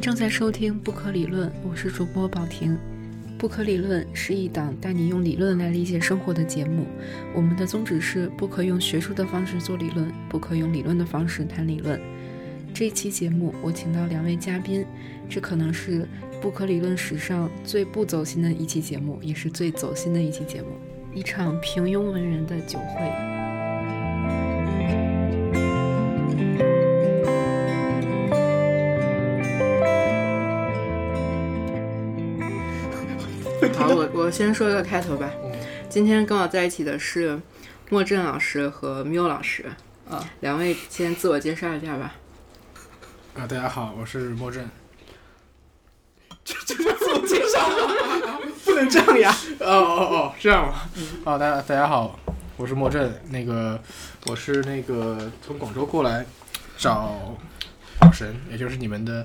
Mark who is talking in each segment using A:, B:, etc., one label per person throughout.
A: 正在收听《不可理论》，我是主播宝婷。《不可理论》是一档带你用理论来理解生活的节目。我们的宗旨是不可用学术的方式做理论，不可用理论的方式谈理论。这一期节目我请到两位嘉宾，这可能是《不可理论》史上最不走心的一期节目，也是最走心的一期节目，一场平庸文人的酒会。
B: 好，我我先说一个开头吧。今天跟我在一起的是莫振老师和缪老师，呃，两位先自我介绍一下吧。
C: 啊，大家好，我是莫振。
B: 不能这 样呀！
C: 哦哦哦，这样吗？啊，大家大家好，我是莫振。那个，我是那个从广州过来找老神，也就是你们的，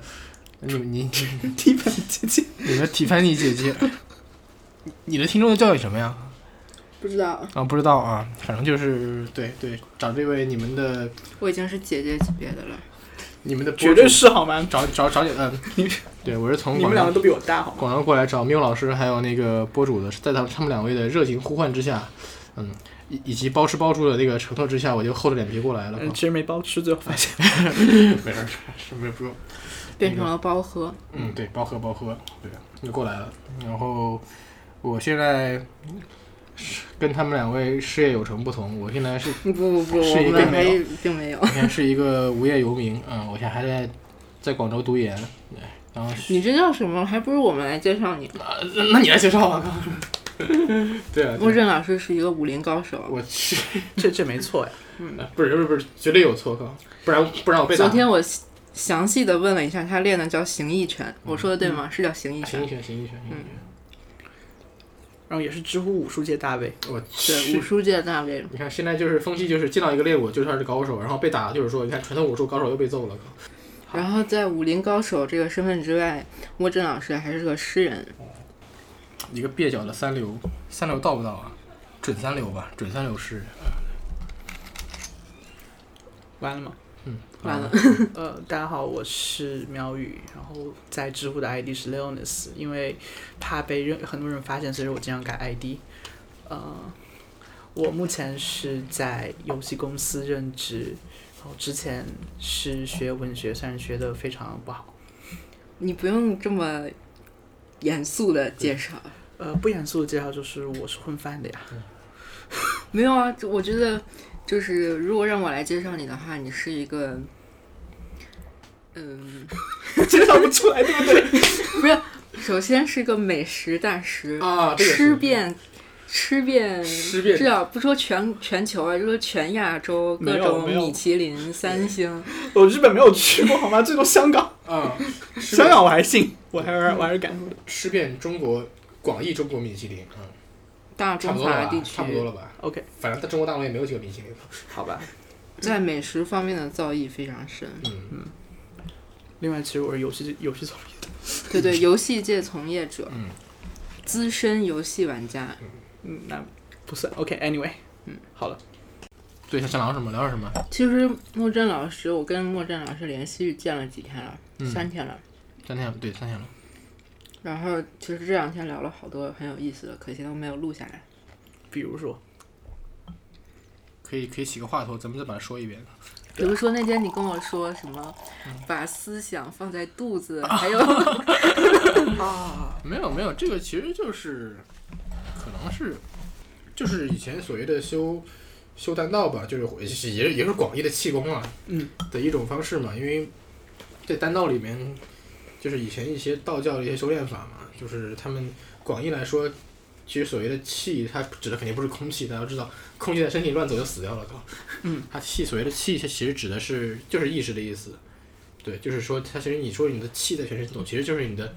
C: 你们你
B: 提本姐姐
C: 你们提凡妮姐姐，你的听众叫你什么呀？
B: 不知道，
C: 啊，不知道啊，反正就是对对，找这位你们的
B: 我已经是姐姐级别的了。
C: 你们的
D: 绝对
C: 是
D: 是好吗？
C: 找找找你嗯，对我是从
D: 你们
C: 广
D: 两
C: 州
D: 个都比我大好吗？
C: 广州过来找缪老师还有那个播主的，在他他们两位的热情呼唤之下，嗯，以以及包吃包住的那个承诺之下，我就厚着脸皮过来了。
D: 嗯，其实没包吃，最后发 现
C: 没事，什么也不用。
B: 变成了包喝，
C: 嗯，对，包喝包喝，对，就过来了。然后我现在是跟他们两位事业有成不同，我现在是
B: 不不不，
C: 是
B: 我
C: 一个
B: 们
C: 没有。
B: 没并没有
C: 现在是一个无业游民，嗯，我现在还在在广州读研。对，然后
B: 你这叫什么？还不如我们来介绍你。
C: 啊那那你来介绍吧，刚 对啊，对
B: 莫振老师是一个武林高手。
C: 我去。
D: 这这没错呀。
C: 不是不是不是，绝对有错靠，不然不然我被打。
B: 昨天我详详细的问了一下，他练的叫形意
C: 嗯
B: 拳，我说的对吗？是叫形意
C: 行
B: 拳
C: 一。拳，行一拳，行一拳。
D: 然后也是知乎武术界大 V，
C: 我
B: 对，武
C: 去，
B: 术界的大 V。
C: 你看现在就是风气，就是见到一个猎物就算是高手，然后被打就是说，你看传统武术高手又被揍了。
B: 然后在武林高手这个身份之外，莫振老师还是个诗人。
C: 一个蹩脚的三流，三流到不到啊？准三流吧，准三流是。
D: 完了吗？
B: 完
C: 啊
B: 了，
D: 呃，大家好，我是苗宇，然后在知乎的 ID 是 Leonis，因为怕被认很多人发现，所以我经常改 ID。呃，我目前是在游戏公司任职，然后之前是学文学，但是学的非常不好。
B: 你不用这么严肃的介绍。
C: 嗯
D: 呃，不严肃的介绍就是我是混饭的呀。
B: 没有啊，这我觉得就是如果让我来介绍你的话，你是一个，嗯，
D: 介绍不出来，对不对？
B: 首先是个美食大师，
C: 啊，这个
B: 吃遍吃遍
C: 吃遍
B: 至少不说全全球啊，就说全亚洲各
D: 没有
B: 种
D: 没有
B: 米其林、三星，
D: 我日本没有去过好吗？最多香港。
C: 啊，吃
D: 香
C: 遍
D: 港我还信，我 还是我还是敢说的。
C: 吃遍中国广义中国米其林，嗯，
B: 大
C: 差不
B: 中
C: 多
B: 华
C: 了
B: 地
C: 吧，
B: 区
C: 差不多了吧。
D: OK，
C: 反正在中国大陆也没有几个米其林。
D: 好吧。
B: 在美食方面的造诣非常深。
C: 嗯
D: 另外，其实我是游戏游戏从业的，
B: 对对，游戏界从业者，
C: 嗯，
B: 资深游戏玩家。
D: 嗯，那不算。OK，Anyway，、嗯，好了，
C: 对，想想聊什么聊点什么？
B: 其实莫振老师，我跟莫振老师连续见了几天了，
C: 嗯
B: 三天了。
C: 三天了，对，三天了。
B: 然后其实这两天聊了好多很有意思的，可惜都没有录下来。
D: 比如说，
C: 可以可以起个话头，咱们再把它说一遍。
B: 比
C: 啊
B: 如说那天你跟我说什么，
C: 嗯
B: 把思想放在 肚子，还有
C: 没有没有，这个其实就是，可能是，就是以前所谓的修修丹道吧，就是也也是广义的气功啊，
D: 嗯，
C: 的一种方式嘛。因为在丹道里面，就是以前一些道教的一些修炼法嘛，就是他们广义来说，其实所谓的气，它指的肯定不是空气，大家都知道，空气在身体乱走就死掉了，靠，
D: 嗯，
C: 它气所谓的气，它其实指的是就是意识的意思。对，就是说，它其实你说你的气在全身走，其实就是你的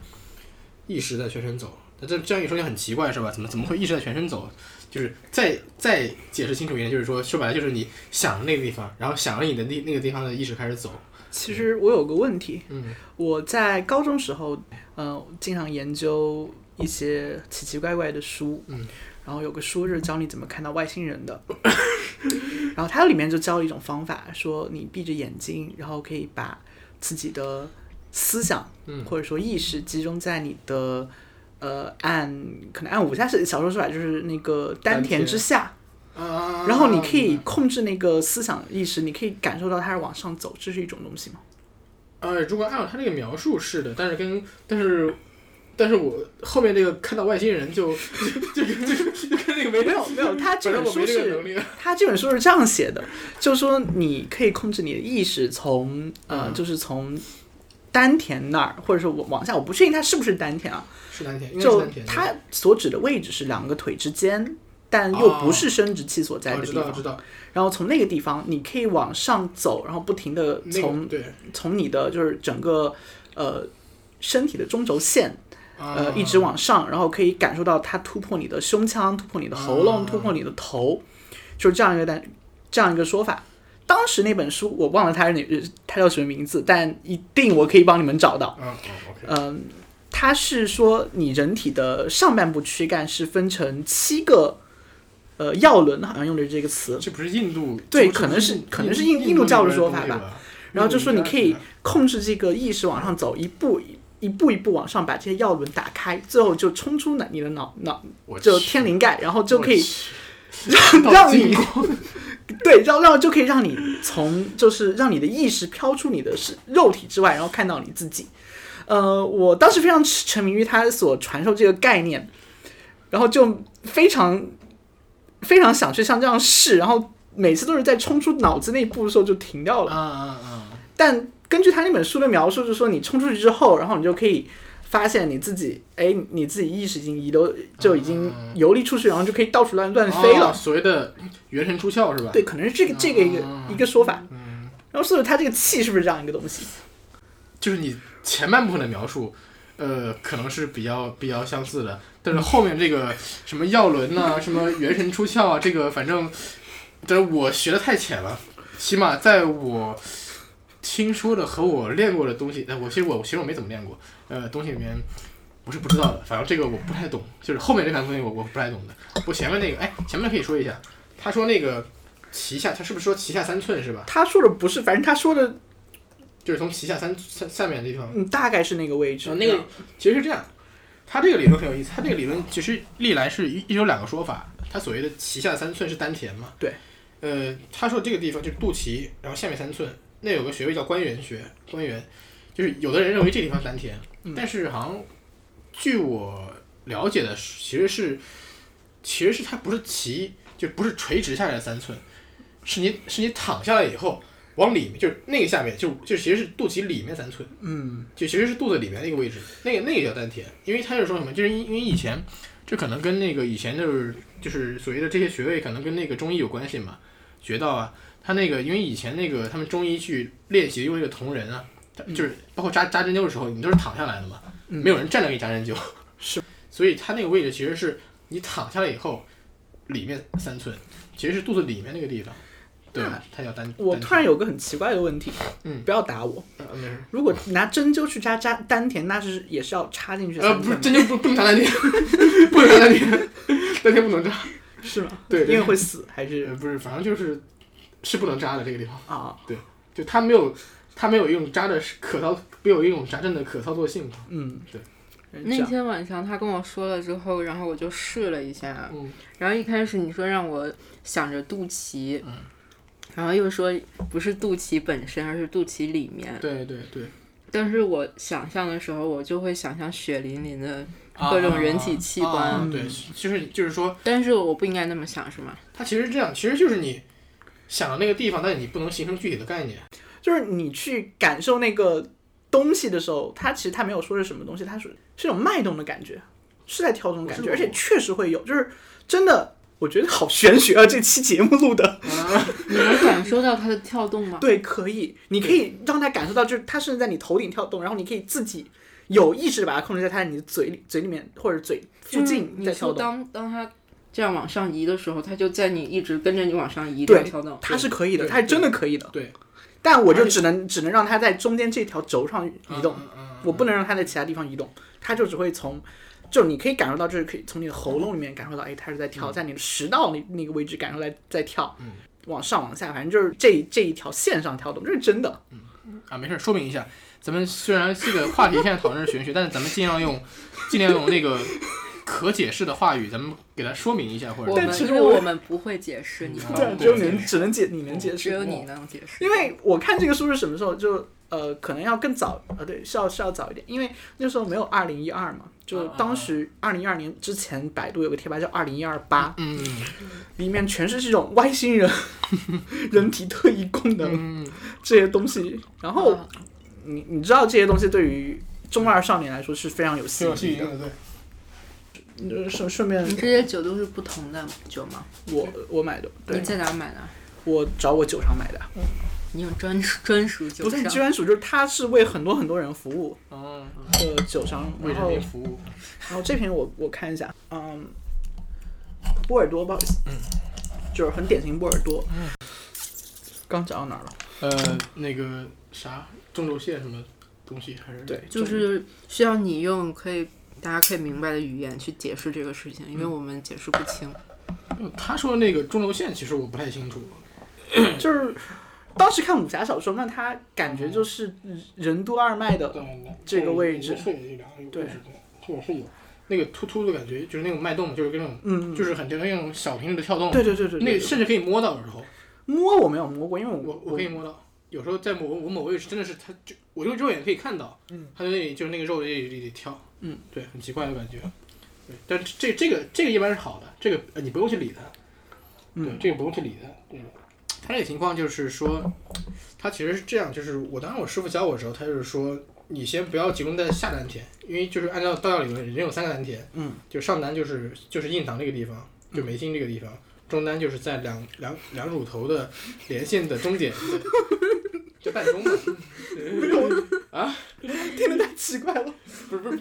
C: 意识在全身走。那这这样一说就很奇怪，是吧？怎么怎么会意识在全身走？就是再再解释清楚一点，就是说说白了就是你想的那个地方，然后想着你的那那个地方的意识开始走。
D: 其实我有个问题，
C: 嗯，
D: 我在高中时候，呃，经常研究一些奇奇怪怪的书，
C: 嗯，
D: 然后有个书是教你怎么看到外星人的， 然后它里面就教了一种方法，说你闭着眼睛，然后可以把自己的思想
C: 嗯
D: 或者说意识集中在你的呃按可能按五下是小时候说法就是那个丹
C: 丹
D: 田
C: 田
D: 之下，
C: 啊
D: 然后你可以控制那个思想意识，你可以感受到它是往上走，这是一种东西吗？
C: 呃，如果按照他这个描述是的，但是跟但是。但是我后面这个看到外星人就就就就就跟那个没
D: 没有没有他这
C: 本
D: 本
C: 来我
D: 书
C: 没这
D: 是
C: 个能力，
D: 他这本书是这样写的，就是说你可以控制你的意识从呃，
C: 嗯
D: 就是从丹田那儿，或者说我往下，我不确定它是不是丹田啊，
C: 是丹田，应该是
D: 就
C: 丹田。对
D: 它所指的位置是两个腿之间，但又不是生殖器所在
C: 哦
D: 的
C: 知
D: 地
C: 道
D: 方。
C: 知道，
D: 然后从那个地方，你可以往上走，然后不停的
C: 那
D: 从、
C: 个对，
D: 从你的就是整个呃身体的中轴线呃、
C: 啊
D: 一直往上，然后可以感受到它突破你的胸腔，突破你的喉咙，
C: 啊
D: 突破你的头，就是这样一个单这样一个说法。当时那本书我忘了它是哪呃它叫什么名字，但一定我可以帮你们找到。
C: 嗯嗯，OK，
D: 嗯，它是说你人体的上半部躯干是分成七个呃药轮，好像用的是这个词，
C: 这不是印度
D: 对
C: 这不
D: 可能是
C: 印
D: 可能是印
C: 印
D: 印度教的
C: 那边
D: 说
C: 东
D: 法
C: 西
D: 吧
C: 吧。
D: 然后就说你可
C: 印度
D: 以
C: 应该是
D: 控制这个意识往上走，一步一步一步往上，把这些药轮打开，最后就冲出你的脑脑
C: 我
D: 就
C: 去
D: 天灵盖，然后就
C: 我
D: 可以
C: 去
D: 让
C: 到
D: 让
C: 尽
D: 你 对，让让就可以让你从就是让你的意识飘出你的是肉体之外，然后看到你自己。呃，我当时非常沉迷于他所传授这个概念，然后就非常非常想去像这样试，然后每次都是在冲出脑子那一步的时候就停掉了。
C: 啊啊 啊！
D: 但根据他那本书的描述，就是说你冲出去之后，然后你就可以发现你自己，哎，你自己意识已经遗留，就已经游离出去，然后就可以到处乱乱飞
C: 哦
D: 了。
C: 所谓的元神出窍是吧？
D: 对，可能是这个这个一个
C: 啊
D: 一个说法。
C: 嗯，
D: 然后所以他这个气是不是这样一个东西？
C: 就是你前半部分的描述，呃，可能是比较比较相似的，但是后面这个什么药轮呐、什么元神出窍啊，这个反正，但是我学的太浅了，起码在我听说的和我练过的东西，哎，我其实我其实我没怎么练过，呃，东西里面。我是不知道的，反正这个我不太懂，就是后面这盘东西我我不太懂的。我前面那个，哎，前面可以说一下，他说那个脐下，他是不是说脐下三寸是吧？
D: 他说的不是，反正他说的
C: 就是从脐下三三下面的地方
D: 嗯大概是那个位置啊
C: 呃，。那个其实是这样，他这个理论很有意思。他这个理论其实历来是一一有两个说法，他所谓的脐下三寸是丹田嘛？
D: 对。
C: 呃，他说这个地方就是肚脐，然后下面三寸，那有个穴位叫关元穴，关元就是有的人认为这地方是丹田，但是好像据我了解的是，其实是其实是它不是脐，就不是垂直下来的三寸，是你是你躺下来以后。往里面就是那个下面，就就其实是肚脐里面三寸，
D: 嗯，
C: 就其实是肚子里面那个位置，那个那个叫丹田，因为他是说什么，就是因因为以前这可能跟那个以前就是就是所谓的这些穴位，可能跟那个中医有关系嘛，穴道啊，他那个因为以前那个他们中医去练习用那个铜人啊，他
D: 嗯
C: 就是包括扎扎针灸的时候，你都是躺下来的嘛，没有人站着给你扎针灸，
D: 是，
C: 所以他那个位置其实是你躺下来以后，里面三寸，其实是肚子里面那个地方，对
D: 那，
C: 它叫丹。
D: 我
C: 丹
D: 突然有个很奇怪的问题，
C: 嗯
D: 不要打我。
C: 田，呃没事，
D: 如果拿针灸去扎扎丹田，那是也是要插进去的
C: 呃，
D: 三
C: 不是，
D: 寸吗
C: 这就不不能扎丹田， 不能扎丹田， 丹田不能扎。
D: 是吗？
C: 对对
D: 因为会死还是
C: 呃，不是，反正就是是不能扎的这个地方，
D: 啊？
C: 就它没有它没有一种扎的可操，没有一种扎针的可操作性。
D: 嗯，
C: 对
D: 嗯，这
B: 那
D: 样
B: 天晚上他跟我说了之后，然后我就试了一下，
C: 嗯
B: 然后一开始你说让我想着肚脐，
C: 嗯
B: 然后又说不是肚脐本身，而是肚脐里面。
C: 对对对，
B: 但是我想象的时候，我就会想象血淋淋的，各种人体器官
C: 啊
D: 嗯
C: 对，就是就是说，
B: 但是我不应该那么想，是吗？
C: 它其实这样，其实就是你想到那个地方，但是你不能形成具体的概念。
D: 就是你去感受那个东西的时候，它其实它没有说是什么东西，它是是一种脉动的感觉，是在跳动的感觉，
C: 我
D: 而
C: 是
D: 且确实会有，就是真的，我觉得好玄学啊！这期节目录的，
B: 你能感受到它的跳动 吗？
D: 对，可以，你可以让它感受到，就是它甚至在你头顶跳动，然后你可以自己有意识的把它控制在它的你的嘴里、嘴里面或者嘴 附
B: 就是
D: 近
B: 你
D: 在跳
B: 说
D: 动，
B: 当当它这样往上移的时候，它就在你一直跟着你往上移
D: 对
B: 的跳动。
D: 它是可以的，
C: 对
D: 它是真的可以的，
C: 对，
D: 但我就
C: 而且
D: 只能只能让它在中间这条轴上移动。
C: 嗯，嗯
D: 我不能让它在其他地方移动，它就只会从，就你可以感受到，就是可以从你的喉咙里面感受到，哎，它是在跳，在你的食道那那个位置感受在在跳，
C: 嗯
D: 往上往下，反正就是这这一条线上跳动，这是真的。
C: 嗯啊，没事，说明一下，咱们虽然这个话题现在讨论是玄学，但是咱们尽量用尽量用那个可解释的话语，咱们给它说明一下，或者
B: 我
D: 但
B: 们
D: 其实
B: 因为
D: 我
B: 我们不会解释，你
C: 嗯
D: 对啊，
B: 们
D: 只有
B: 不
D: 你
B: 会
D: 能
B: 解释
D: 只能解，你能解释，嗯
B: 只有你能解释，
D: 因为我看这个书是什么时候，就呃，可能要更早，呃，对，是要是要早一点，因为那时候没有二零一二嘛，就当时二零一二年之前，百度有个贴吧叫二零一二八，
C: 嗯
D: 里面全是这种外星人、 人体特异功能、
C: 嗯，
D: 这些东西。然后
B: 嗯
D: 你你知道这些东西对于中二少年来说是非常有吸
C: 挺有
D: 引
C: 吸
D: 力
C: 引力
D: 的。
C: 的，对。
D: 嗯顺顺便
B: 你这些酒都是不同的酒吗？
D: 我我买的，
B: 你
D: 对，
B: 在哪儿买的？
D: 我找我酒商买的，
B: 你有专属专属酒
D: 不是
B: 商？
D: 居然属，就是他是为很多很多人服务
C: 哦，
D: 的酒商，
C: 为
D: 然
C: 人
D: 后
C: 民
B: 哦
C: 服务，
D: 然后这篇我我看一下，嗯，波尔多，不好意思，
C: 嗯
D: 就是很典型波尔多。刚讲到哪儿了？
C: 呃，那个啥，中轴线什么东西还是
D: 对，，
B: 就是需要你用可以大家可以明白的语言去解释这个事
D: 嗯
B: 情，因为我们解释不 清。
D: 呃
C: 他说那个中轴线，其实我不太清楚。
D: 就是当时看武侠小说，那他感觉就是任督二脉的，呃这个位置
C: 是有一两个
D: 对
C: 位置这个是有那个突突的感觉，就是那种脉动，就是那种，
D: 嗯，
C: 就是很就是那种小频率的跳动，
D: 对对对对，
C: 那
D: 对
C: 个甚至可以摸到，有时候
D: 摸我没有摸过，因为
C: 我
D: 我
C: 我可以摸到，有时候在某我某位置真的是它就我用肉眼可以看到，
D: 嗯，
C: 它在那里就是那个肉在那里里里跳，
D: 嗯，
C: 对，很奇怪的感觉，对，但是这这个这个一般是好的，这个呃你不用去理它，对，
D: 嗯
C: 这个不用去理他。嗯，他这个情况就是说，他其实是这样，就是我当时我师傅教我的时候，他就是说，你先不要集中在下丹田，因为就是按照道教理论，人有三个丹田，
D: 嗯，
C: 就上丹就是就是印堂这个地方，就眉心这个地
D: 嗯
C: 方，中丹就是在两两两乳头的连线的中间，就半中嘛，
D: 听得太奇怪了。
C: 不是不是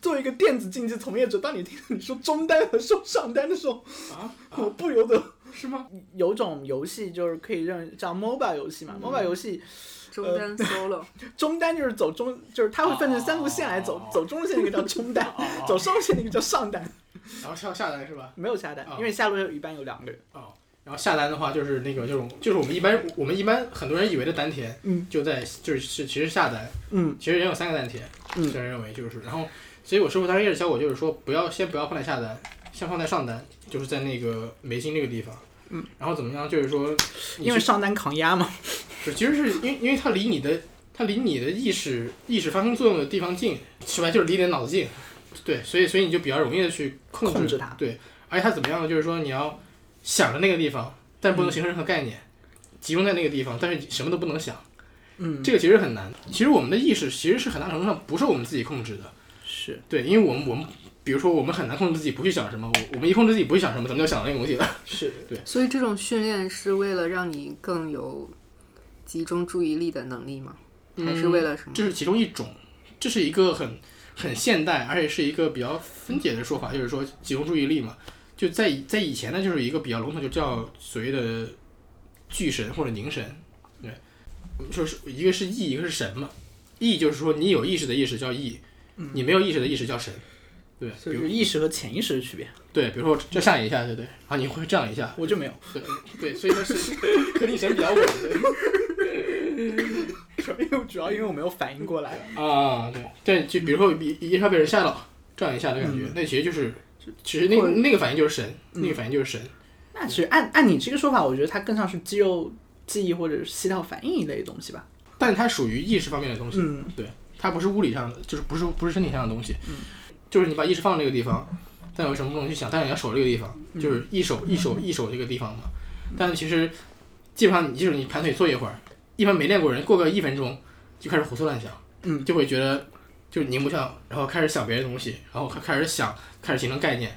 D: 作为一个电子竞技从业者，当你听你说中单和说上单的时候，
C: 啊
D: 我不由得
C: 是 吗？
D: 有种游戏就是可以让叫 MOBA 游戏嘛、m o b a 游戏
B: 中单 solo，
D: 中单就是走中，就是它会分成三路线来走，
C: 哦
D: 走中路线那个叫中单，走上路线那个叫上单，
C: 然后下下丹是吧？
D: 没有下单
C: 哦，
D: 因为下路有一般有两个人。
C: 哦，然后下单的话就是那个就是就是我们一般我们一般很多人以为的丹田，
D: 嗯，
C: 就在就是是其实下丹，
D: 嗯，
C: 其实人有三个丹田，
D: 嗯
C: 个人认为就是，然后所以我师傅当时一直教我就是说不要先不要放在下丹，先放在上丹，就是在那个眉心这个地方，
D: 嗯，
C: 然后怎么样就是说，
D: 因为上单抗压嘛。
C: 是其实是因为因为它离你的它离你的意识意识发生作用的地方近，说白就是离你的脑子近，对，所以所以你就比较容易的去控
D: 控制它
C: 对，而且它怎么样呢？就是说你要想着那个地方，但
D: 嗯
C: 不能形成任何概念，集中在那个地方，但是你什么都不能想，
D: 嗯，
C: 这个其实很难。其实我们的意识其实是很大程度上不受我们自己控制的，
D: 是
C: 对，因为我们我们比如说我们很难控制自己不去想什么，我我们一控制自己不去想什么，咱们就想到那个东西了。
D: 是，
B: 所以这种训练是为了让你更有集中注意力的能力吗？
D: 嗯
B: 还是为了什么？
C: 这是其中一种，这是一个很很现代，而且是一个比较分解的说法，就是说集中注意力嘛。就在以在以前呢，就是一个比较笼统，就叫所谓的聚神或者凝神，对，就是一个是意，一个是神嘛。意就是说你有意识的意识叫意，你没有意识的意识叫神，对，
D: 所
C: 比
D: 以
C: 如
D: 就是意识和潜意识的区别，
C: 对，比如说这上一下，对对，然后你会这样一下，
D: 我就没有。
C: 对对，所以说是 和你神比较稳对
D: 因为主要因为我 没有反应过来。
C: 啊，对，对，就比如说一一下被人吓到，这样一下的感觉，那其实就是，其实那
B: 或者
C: 那个反应就是神，那个反应就是神，
D: 那其实按按你这个说法，我觉得它更像是肌肉记忆或者是膝跳反应一类的东西吧。
C: 但它属于意识方面的东西，
D: 嗯，
C: 它不是物理上的，就是不是不是身体上的东西，就是你把意识放这个地方，但有什么东西去想，但你要守这个地方，就是一手一手一手这个地方嘛。但其实基本上你就是你盘腿坐一会儿，一般没练过人过个一分钟就开始胡思乱想，
D: 嗯
C: 就会觉得就拧不上，然后开始想别的东西，然后开始想，开始形成概念，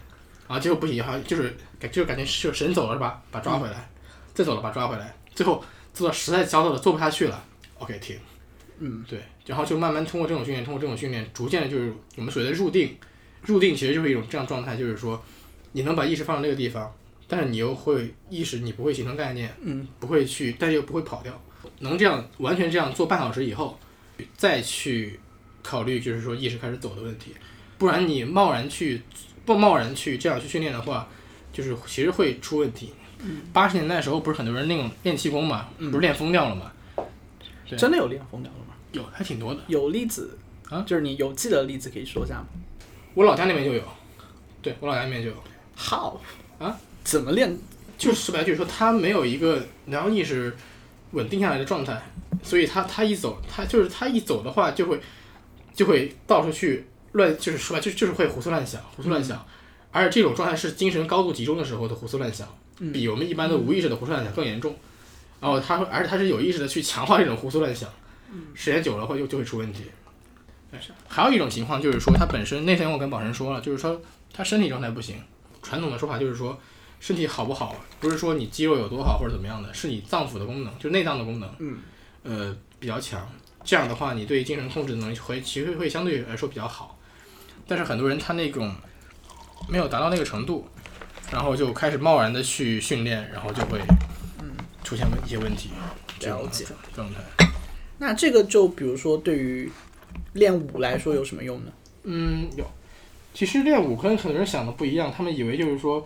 C: 然后最后不行，好像就是感就是感觉就是神走了是吧？把抓回来，再走了把抓回来，最后做到实在焦躁了，做不下去了，OK 停。
D: 嗯，
C: 对，然后就慢慢通过这种训练，通过这种训练，逐渐的就是我们所谓的入定。入定其实就是一种这样状态，就是说你能把意识放到那个地方，但是你又会意识，你不会形成概念，
D: 嗯，
C: 不会去，但又不会跑掉。能这样完全这样做半小时以后，再去考虑就是说意识开始走的问题，不然你贸然去不贸然去这样去训练的话，就是其实会出问题。八十年代的时候，不是很多人那种练气功嘛，不是练疯掉了嘛？对
D: 真的有练疯掉了吗？
C: 有还挺多的。
D: 有例子
C: 啊
D: 就是你有记得的例子可以说一下吗
C: 我老家那边就有，对我老家那边就有，
D: ？How
C: 啊？
D: 怎么练？
C: 就是说白了就是说他没有一个然后意识稳定下来的状态，所以他他一走，他就是他一走的话就会就会到处去乱，就是说白了就就是会胡思乱想，胡思乱想，而且这种状态是精神高度集中的时候的胡思乱想，比我们一般的无意识的胡思乱想更严重。然后他会，而且他是有意识的去强化这种胡思乱想，
D: 嗯
C: 时间久了会就就会出问题。对还有一种情况就是说，他本身那天我跟宝神说了，就是说他身体状态不行。传统的说法就是说，身体好不好，不是说你肌肉有多好或者怎么样的，是你脏腑的功能，就是内脏的功能，
D: 嗯，
C: 呃，比较强。这样的话，你对精神控制的能力会其实会相对来说比较好。但是很多人他那种没有达到那个程度，然后就开始贸然的去训练，然后就会出现一些问题。这种
D: 嗯了解
C: 状态，
D: 那这个就比如说对于练舞来说有什么用 呢？
C: 嗯，有。其实练武跟很多人想的不一样，他们以为就是说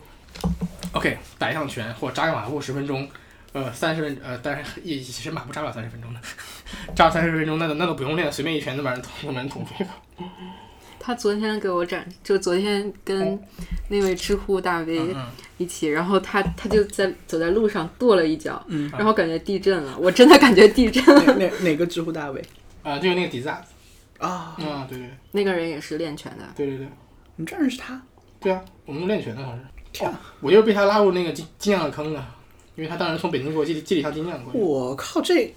C: ，OK，打一趟拳或扎个马步十分钟，呃，三十分呃，但是一其实马步扎不了三十分钟的， 扎三十分钟那都那都不用练，随便一拳能把人捅能把人捅飞。
B: 他昨天给我展，就昨天跟
D: 哎
B: 那位知乎大 V
C: 嗯
B: 一起，然后他他就在走在路上跺了一脚，
D: 嗯
B: 然后感觉地震了，我真的感觉地震了。
D: 哪哪哪个知乎大 V
C: 啊，就是那个底子啊，
D: 啊？
C: 啊，对对
B: 那个人也是练拳的，
C: 对对对
D: 你这认识他？
C: 对啊，我们都练拳的好像是，
D: 天啊！
C: 我就是被他拉入那个金金匠的坑的，因为他当时从北京给我寄寄了一条金匠过来，
D: 我靠，这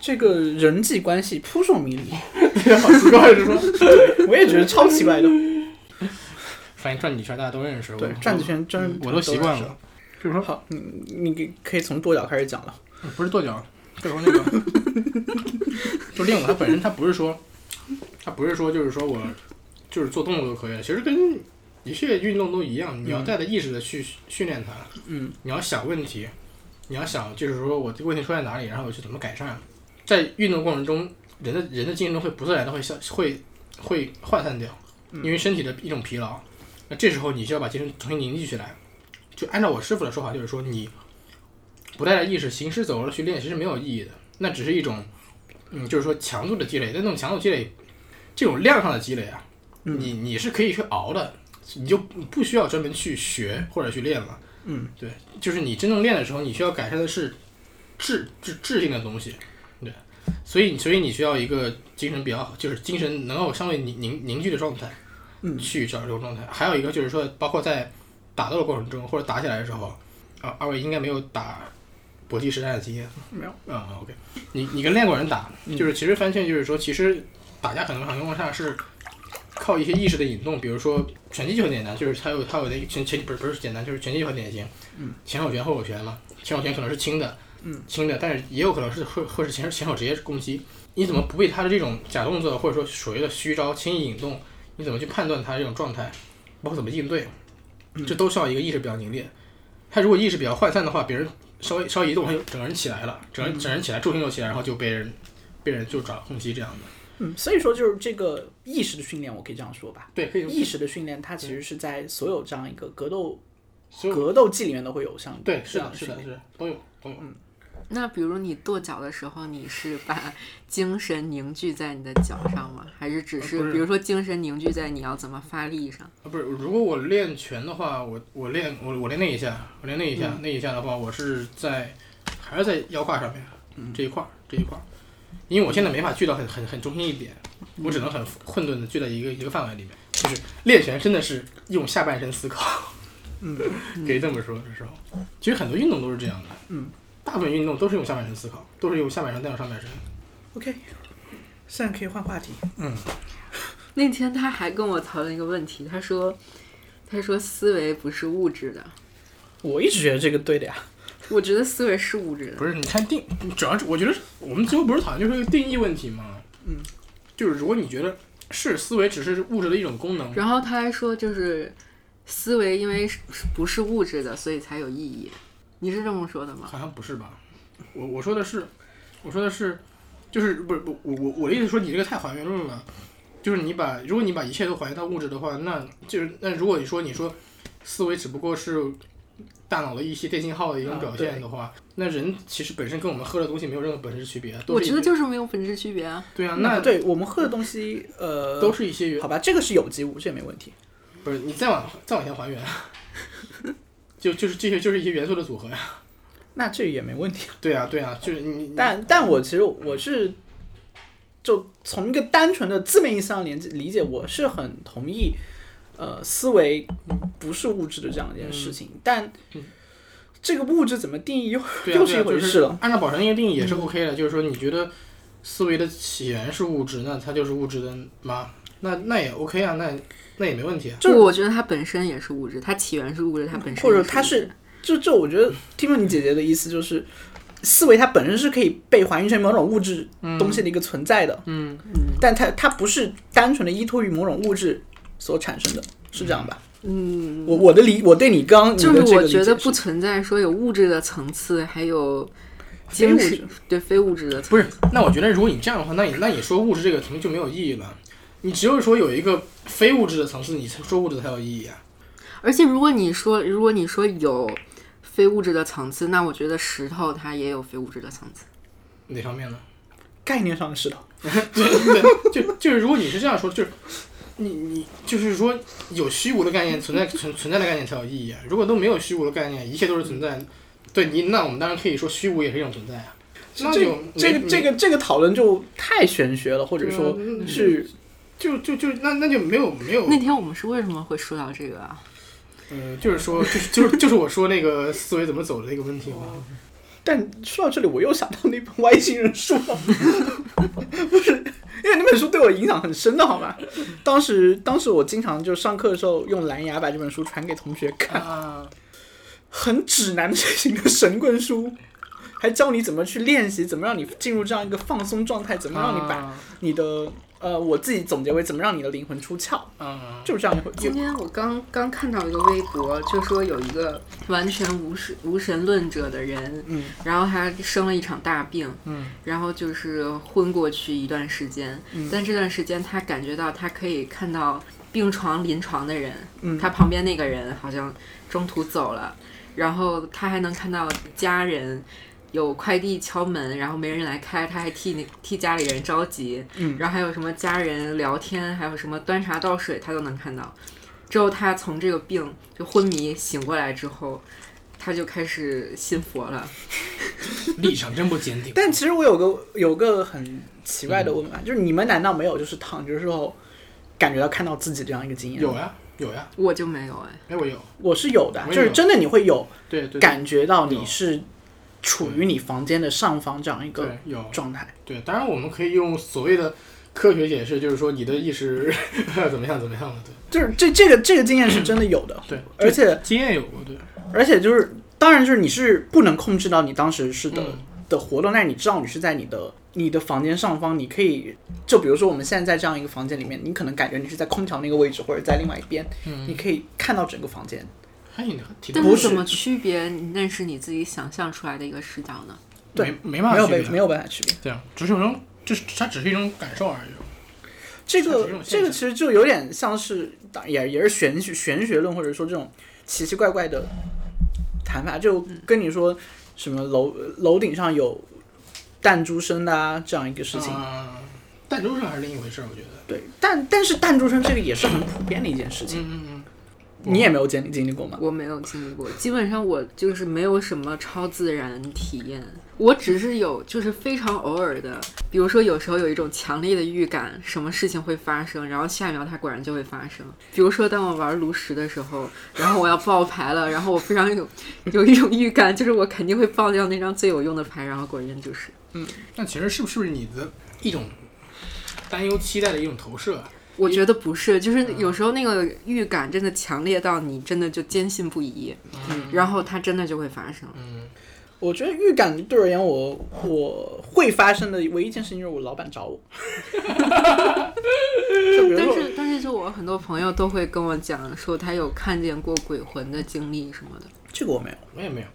D: 这个人际关系扑朔迷离，
C: 好奇怪是吗？
D: 我也觉得超奇怪的。
C: 反正转几圈大家都认识， 我
D: 对，转几圈真
C: 嗯我都习惯了。
D: 就是说，好，你你给可以从跺脚开始讲了。
C: 不是跺脚，跺脚那个， 就练舞，它本身它不是说，它不是说就是说我就是做动作就可以了，其实跟一切运动都一样，你要带着意识的去训练它，
D: 嗯，
C: 你要想问题，你要想就是说我这个问题出在哪里，然后我去怎么改善，在运动过程中，人的人的精神会不自然的会消会会涣散掉，因为身体的一种疲劳，那这时候你就要把精神重新凝聚起来，就按照我师傅的说法，就是说你不带着意识行尸走肉地去练，其实没有意义的，那只是一种，嗯，就是说强度的积累。但那种强度积累，这种量上的积累啊，你你是可以去熬的，你就不需要专门去学或者去练了。
D: 嗯，
C: 对，就是你真正练的时候，你需要改善的是质质质性的东西，对，所以所以你需要一个精神比较好，就是精神能够相对凝凝凝聚的状态，
D: 嗯
C: 去找这种状态。还有一个就是说，包括在打斗的过程中或者打起来的时候，啊，二位应该没有打搏击实战的经验
D: 没有，嗯
C: 啊、o k 你你跟练过人打，就是其实翻圈就是说，其实打架很多场情况下是靠一些意识的引动，比如说拳击就很简单，就是它有它有那个拳拳不是不是简单，就是拳击就很典型，
D: 嗯，
C: 前手拳后手拳嘛，前手拳可能是轻的，
D: 嗯，
C: 轻的，但是也有可能是会会是前前手直接攻击，你怎么不被他的这种假动作或者说所谓的虚招轻易引动，你怎么去判断他这种状态，包括怎么应对，
D: 嗯
C: 这都需要一个意识比较凝练。他如果意识比较涣散的话，别人稍微稍微一动，他就整个人起来了，整
D: 嗯
C: 个人整个人起来，重心就起来，然后就被人被人就找空隙这样的。
D: 嗯，所以说就是这个意识的训练，我可以这样说吧。
C: 对，可以
D: 意识的训练，它其实是在所有这样一个格斗
C: 所有
D: 格斗技里面都会有像
C: 对是
D: 这样
C: 的是的
D: 训
C: 是
D: 练
C: 的都有都有。
B: 那比如你跺脚的时候，你是把精神凝聚在你的脚上吗？还是只
C: 呃不
B: 是
C: 是
B: 比如说精神凝聚在你要怎么发力上？
C: 啊，不是，如果我练拳的话，我我练我我练那一下，我练那一下，
D: 嗯
C: 那一下的话，我是在还是在腰胯上面、
D: 嗯
C: 这一块儿这一块儿，因为我现在没法聚到很很很中心一点，
D: 嗯
C: 我只能很混沌的聚在一个一个范围里面。就是练拳真的是用下半身思考，
D: 嗯，
C: 可以这么说，这时候其实很多运动都是这样的，
D: 嗯，
C: 大部分运动都是用下半身思考，都是用下半身带动上半身。
D: OK，现在可以换话题。
B: 那天他还跟我讨论一个问题，他说，他说思维不是物质的，
D: 我一直觉得这个对的呀。
B: 我觉得思维是物质的。
C: 不是，你看定，主要是我觉得是我们最后不是讨论就是一个定义问题吗？
D: 嗯，
C: 就是如果你觉得是思维只是物质的一种功能，
B: 然后他还说，就是思维因为是不是物质的，所以才有意义。你是这么说的吗？
C: 好像不是吧？我我说的是，我说的是，就是不是不我我我的意思是说你这个太还原论了，就是你把如果你把一切都还原到物质的话，那就是那如果你说你说思维只不过是大脑的一些电信号的一种
D: 啊
C: 表现的话，那人其实本身跟我们喝的东西没有任何本质区别，都
B: 我
C: 是一
B: 觉得就是没有本质区别啊。
C: 对啊，
D: 那
C: 那
D: 对我们喝的东西，呃，
C: 都是一些原
D: 好吧，这个是有机物，这也没问题。
C: 不是你再往再往前还原，啊就就是这些就是一些元素的组合呀。
D: 那这也没问题。
C: 对啊，对啊，就是你你
D: 但但我其实我是，就从一个单纯的字面意义上连接理解，我是很同意，呃，思维不是物质的这样一件事情，但这个物质怎么定义又、
C: 对啊
D: 又
C: 对
D: 一
C: 啊
D: 回
C: 就
D: 事
C: 是
D: 了。嗯
C: 按照宝山那个定义也是 OK 的，就是说你觉得思维的起源是物质，那它就是物质的妈，那那也 OK 啊，那那也没问题啊。
D: 就是
B: 不我觉得它本身也是物质，它起源是物质，它本身
D: 或者
B: 也是
D: 它
B: 物质
D: 是，就就我觉得听了你姐姐的意思就是，思维它本身是可以被还原成某种物质东西的一个存在的，嗯，但它它不是单纯的依托于某种物质所产生的，是这样吧？嗯，我我的理我对你刚你的
B: 就是
D: 这个
B: 我
D: 理
B: 觉
D: 解
B: 得不存在说有物质的层次，还有
D: 非
B: 精
D: 物
B: 神
D: 质
B: 对非物质的层
C: 不是，那我觉得如果你这样的话，那你那你说物质这个层就没有意义了。你只有说有一个非物质的层次，你才说物质才有意义啊。
B: 而且如果你说如果你说有非物质的层次，那我觉得石头它也有非物质的层次。
C: 哪方面呢？
D: 概念上的石头，
C: 对，就就是如果你是这样说，就是你你就是说有虚无的概念存在存存在的概念才有意义啊。如果都没有虚无的概念，一切都是存在，对你那我们当然可以说虚无也是一种存在啊。那
D: 这
C: 有
D: 这
C: 没
D: 个这个这个讨论就太玄学了，或者
C: 对
D: 说
C: 啊嗯
D: 是
C: 就就就那那就没有没有
B: 那天我们是为什么会说到这个啊？
C: 呃，就是说就是就是就是我说那个思维怎么走的这个问题嘛。
D: 但说到这里，我又想到那本外星人书了， 不是，因为那本书对我影响很深的，好吧？当时，当时我经常就上课的时候用蓝牙把这本书传给同学看，
C: 啊，
D: 很指南类型的神棍书，还教你怎么去练习，怎么让你进入这样一个放松状态，怎么让你把
C: 啊
D: 你的呃，我自己总结为怎么让你的灵魂出窍，
C: 啊
D: 就是这样一回
B: 今天我刚刚看到一个微博，就说有一个完全无神无神论者的人，
D: 嗯，
B: 然后他生了一场大病，
C: 嗯，
B: 然后就是昏过去一段时间，
D: 嗯
B: 但这段时间他感觉到他可以看到病床临床的人，
D: 嗯
B: 他旁边那个人好像中途走了，然后他还能看到家人。有快递敲门，然后没人来开，他还替那替家里人着急，
D: 嗯
B: 然后还有什么家人聊天，还有什么端茶倒水，他都能看到。之后他从这个病就昏迷醒过来之后，他就开始信佛了。
C: 立场真不坚定。
D: 但其实我有个有个很奇怪的
C: 嗯
D: 问法，就是你们难道没有就是躺着的时候感觉到看到自己这样一个经验？
C: 有，呀有呀，
B: 我就没有哎，
C: 哎我有，
D: 我是有的，
C: 我
D: 就
C: 也有
D: 是真的你会有
C: 对对对
D: 感觉到
C: 有
D: 你是处于你房间的上方这样一个
C: 对有
D: 状态。
C: 对，当然我们可以用所谓的科学解释，就是说你的意识 怎么样怎么样了，对，
D: 就是这这个这个经验是真的有的，
C: 对
D: 而且
C: 经验有过，对，
D: 而且就是当然就是你是不能控制到你当时是的、
C: 嗯
D: 的活动，但是你知道你是在你的你的房间上方，你可以就比如说我们现在在这样一个房间里面，你可能感觉你是在空调那个位置或者在另外一边，
C: 嗯
D: 你可以看到整个房间。
C: 还有挺
B: 但
C: 多
D: 不
B: 是
D: 是
B: 怎么区别那是你自己想象出来的一个视角呢？
C: 没
D: 对
C: 没办法
D: 没有
C: 区别
D: 被没有办法区别。
C: 对啊，只是有一种，就是它只是一种感受而已。
D: 这
C: 它只
D: 个
C: 是一种现
D: 这
C: 象
D: 个其实就有点像是，当然也也是玄学玄学论，或者说这种奇奇怪怪的谈法，就
C: 嗯
D: 跟你说什么楼楼顶上有弹珠声的啊这样一个事情。
C: 啊弹珠声还是另一回事儿，我觉得。
D: 对，但但是弹珠声这个也是很普遍的一件事情，
C: 嗯嗯
D: 你也没有经历经历过吗？
B: 我没有经历过，基本上我就是没有什么超自然体验，我只是有就是非常偶尔的，比如说有时候有一种强烈的预感，什么事情会发生，然后下一秒它果然就会发生。比如说当我玩炉石的时候，然后我要爆牌了，然后我非常有有一种预感，就是我肯定会爆掉那张最有用的牌，然后果然就是。
C: 嗯。那其实是不是你的一种担忧、期待的一种投射啊？
B: 我觉得不是，就是有时候那个预感真的强烈到你真的就坚信不疑，然后它真的就会发生。
C: 嗯，
D: 我觉得预感对我而言我，我会发生的唯一一件事情就是我老板找我，就比如
B: 但
D: 说
B: 是但是，就我很多朋友都会跟我讲说，他有看见过鬼魂的经历什么的。
D: 这个我没有。
C: 我也没有。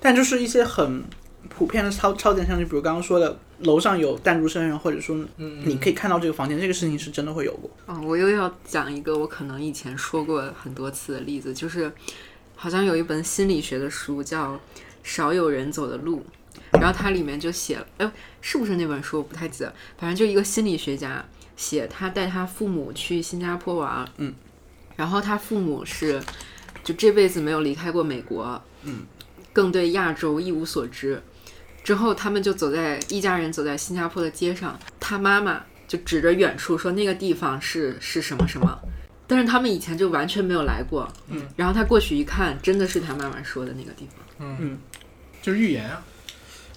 D: 但就是一些很普遍的超超自然现象，就比如刚刚说的，楼上有弹珠声，或者说
C: 嗯，
D: 你可以看到这个房间，这个事情是真的会
B: 啊
D: 有过。
B: 嗯，我又要讲一个我可能以前说过很多次的例子，就是好像有一本心理学的书叫《少有人走的路》，然后它里面就写了，哎，是不是那本书我不太记得，反正就一个心理学家写他带他父母去新加坡玩，
D: 嗯，
B: 然后他父母是就这辈子没有离开过美国，
D: 嗯，
B: 更对亚洲一无所知。之后他们就走在一家人走在新加坡的街上，他妈妈就指着远处说那个地方是是什么什么，但是他们以前就完全没有来过，
D: 嗯，
B: 然后他过去一看，真的是他妈妈说的那个地方。
C: 就是预言啊，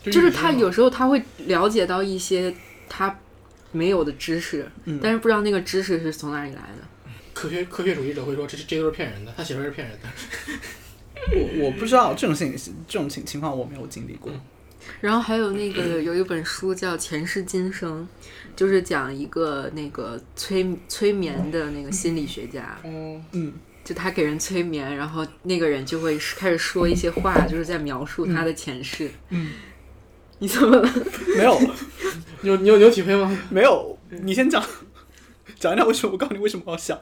C: 就
B: 就是
C: 预知
B: 他
C: 嘛
B: 有时候他会了解到一些他没有的知识，
D: 嗯
B: 但是不知道那个知识是从哪里来的。
C: 科学科学主义者会说这是这都是骗人的，他媳妇儿是骗人的，
D: 我我不知道这种情这种情情况我没有经历过。
B: 然后还有那个有一本书叫《前世今生》，就是讲一个那个催催眠的那个心理学家，
C: 嗯，
D: 嗯
B: 就他给人催眠，然后那个人就会开始说一些话，就是在描述他的前世。
D: 嗯，
B: 你怎么了？
D: 没有
C: 你有你有你有体会吗？
D: 没有，你先讲，讲一下为什么？我告诉你为什么我要想。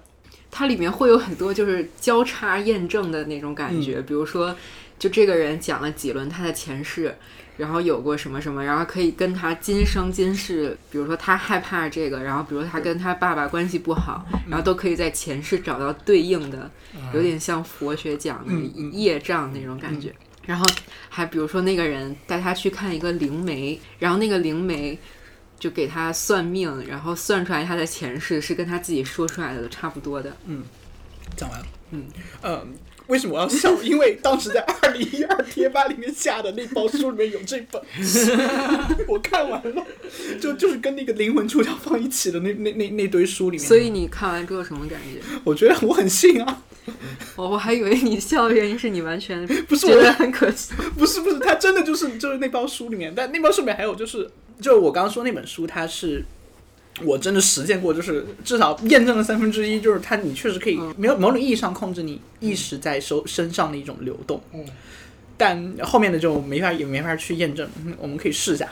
B: 它里面会有很多就是交叉验证的那种感
D: 嗯
B: 觉，比如说，就这个人讲了几轮他的前世，然后有过什么什么，然后可以跟他今生今世，比如说他害怕这个，然后比如他跟他爸爸关系不好，
D: 嗯
B: 然后都可以在前世找到对应的，有点像佛学讲的
D: 嗯嗯
B: 业障那种感觉。然后还比如说那个人带他去看一个灵媒，然后那个灵媒就给他算命，然后算出来他的前世是跟他自己说出来的差不多的。
D: 讲完了。
B: 嗯
D: 嗯，为什么我要笑？因为当时在二零一二贴吧里面下的那包书里面有这 本，我看完了，就就是跟那个灵魂出窍放一起的那那那那堆书里面。
B: 所以你看完之后什么感觉？
D: 我觉得我很信啊，
B: 我、我还以为你笑的原因是你完全
D: 不是
B: 觉
D: 我
B: 得很可惜。
D: 不是不是，它真的就是就是那包书里面，但那包书里面还有就是，就是我刚刚说那本书，它是我真的实践过，就是至少验证了三分之一，就是它你确实可以
B: 嗯
D: 没有某种意义上控制你意识在手身上的一种流动，
C: 嗯，
D: 但后面的就没法也没法去验证，嗯我们可以试一下，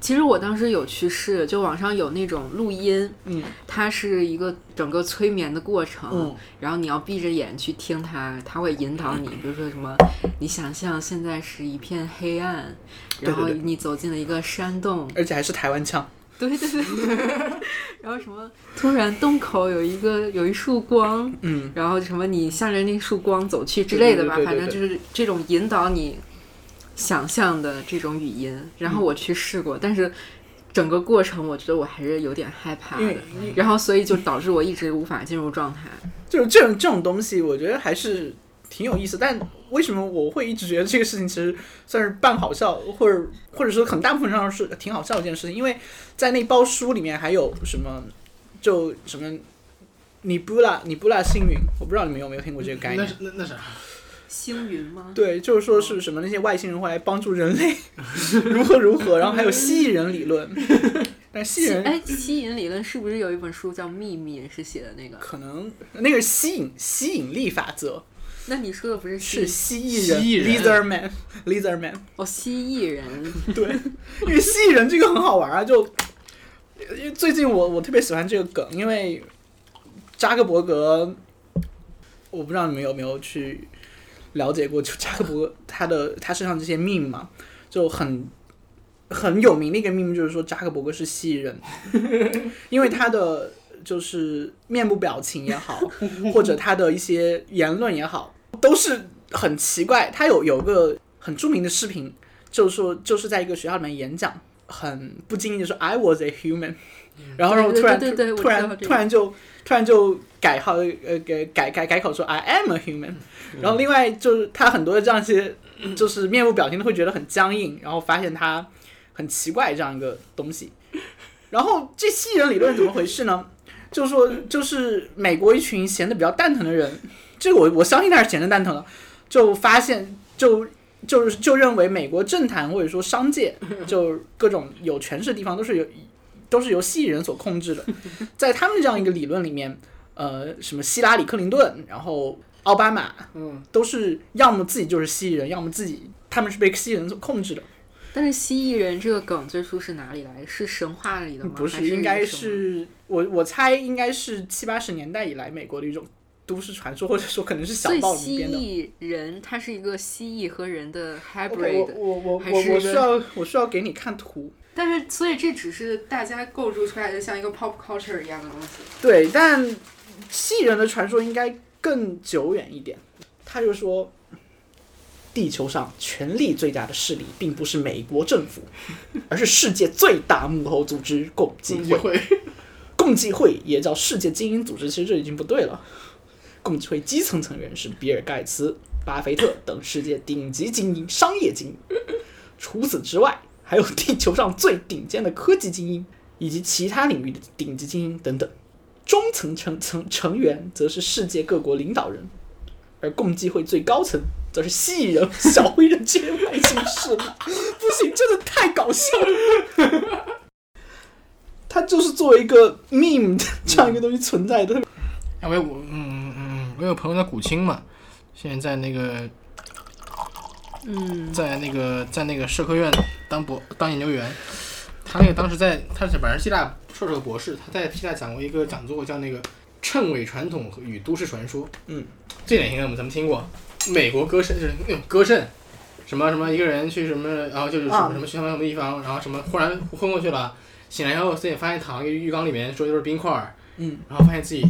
B: 其实我当时有去试，就网上有那种录音，
D: 嗯
B: 它是一个整个催眠的过程，
D: 嗯
B: 然后你要闭着眼去听它，它会引导 你，比如说什么，你想象现在是一片黑暗，
D: 对对
B: 然后
D: 对
B: 你走进了一个 山洞，
D: 而且还是台湾腔，
B: 对对对， 然后什么突然洞口有一个有一束光，
D: 嗯，
B: 然后什么你向着那束光走去之类的吧，
D: 对对
B: 反
D: 对对对
B: 正就是这种引导你想象的这种语音。然后我去试过，但是整个过程我觉得我还是有点害怕
D: 因
B: 的
D: 为，
B: 然后所以就导致我一直无法进入状态。
D: 就是这种这种东西，我觉得还是挺有意思。但为什么我会一直觉得这个事情其实算是半好笑，或者或者说很大部分上是挺好笑的一件事情？因为在那包书里面还有什么，就什么尼布拉尼布拉星云，我不知道你们有没有听过这个概
C: 那
D: 念
C: 是。那啊那啥，
B: 星云吗？
D: 对，就是说是什么那些外星人会来帮助人类 如何如何，然后还有蜥蜴人理论， 但蜥蜴人
B: 哎，吸引理论是不是有一本书叫《秘密》是写的那个？
D: 可能那个是吸引吸引力法则，
B: 那你说的不是吸
D: 是蜥蜴人
C: 蜥蜴
D: lizard man lizard man，
B: 哦，蜥蜴人，
D: 对，因为蜥蜴人这个很好玩啊，就因为最近我我特别喜欢这个梗，因为扎克伯格，我不知道你们有没有去了解过，就扎克伯格他的他身上这些命嘛，就很。很有名的一个秘密就是说，扎克伯格是蜥蜴人， 因为他的就是面部表情也好， 或者他的一些言论也好，都是很奇怪。他有有个很著名的视频，就是说就是在一个学校里面演讲，很不经意的说 “I was a human”，然 后让我突然
B: 嗯对对对对
D: 突
B: 我知道
D: 然
B: 这个
D: 突然就突然就改号呃改改改改口说 “I am a human”，然
B: 嗯
D: 后另外就是他很多的这样一些就是面部表情都会觉得很僵硬，然后发现他很奇怪这样一个东西。然后这蜥蜴人理论怎么回事呢？就是说，就是美国一群闲得比较蛋疼的人，这个我我相信他是闲得蛋疼了，就发现就就是就认为美国政坛或者说商界，就各种有权势的地方都是有都是由蜥蜴人所控制的，在他们这样一个理论里面，呃，什么希拉里、克林顿，然后奥巴马，
C: 嗯，
D: 都是要么自己就是蜥蜴人，要么自己他们是被蜥蜴人所控制的。
B: 但是蜥蜴人这个梗最初是哪里来的？是神话里的吗？
D: 嗯不
B: 还
D: 是，
B: 是
D: 应该
B: 什么
D: 是我我猜应该是七八十年代以来美国的一种都市传说，或者说可能是小
B: 所以
D: 报里
B: 蜥
D: 边的。
B: 蜴人它是一个蜥蜴和人的
D: 我
B: hybrid，、
D: 我我我
B: 还
D: 我
B: 是
D: 我
B: 一
D: 需
B: 个
D: 要我需要给你看图，
B: 但是所以这只是大家构筑出来的像一个 pop culture 一样的东西。
D: 对，但蜥蜴人的传说应该更久远一点。他就说，地球上权力最大的势力并不是美国政府，而是世界最大幕后组织共济
C: 共济
D: 会。
C: 会
D: 共济会也叫世界精英组织，其实这已经不对了。共济会基层成员是比尔盖茨、巴菲特等世界顶级精英、商业精英。除此之外，还有地球上最顶尖的科技精英以及其他领域的顶级精英等等。中层成成成员则是世界各国领导人，而共济会最高层则是蜥蜴人、小灰人这些外星势力。 不行，真的太搞笑了。它就是作为一个 meme 的这样一个东西存在的，
C: 哎，我有我嗯嗯嗯，我有朋友在古青嘛，现在在那个
A: 嗯，
C: 在那个在那个社科院当博当研究员，他那个当时在他是本来是希腊硕士和博士，他在希腊讲过一个讲座叫那个《谶纬传统与都市传说》。
D: 嗯，
C: 这点应该我们咱们听过，美国歌圣就是那种歌圣。什么什么一个人去什么，然后就是什
D: 啊
C: 么什么去什么什么地方，然后什么忽然昏过去了，醒来以后自己发现躺在一个浴缸里面，说就是冰块儿，
D: 嗯，
C: 然后发现自己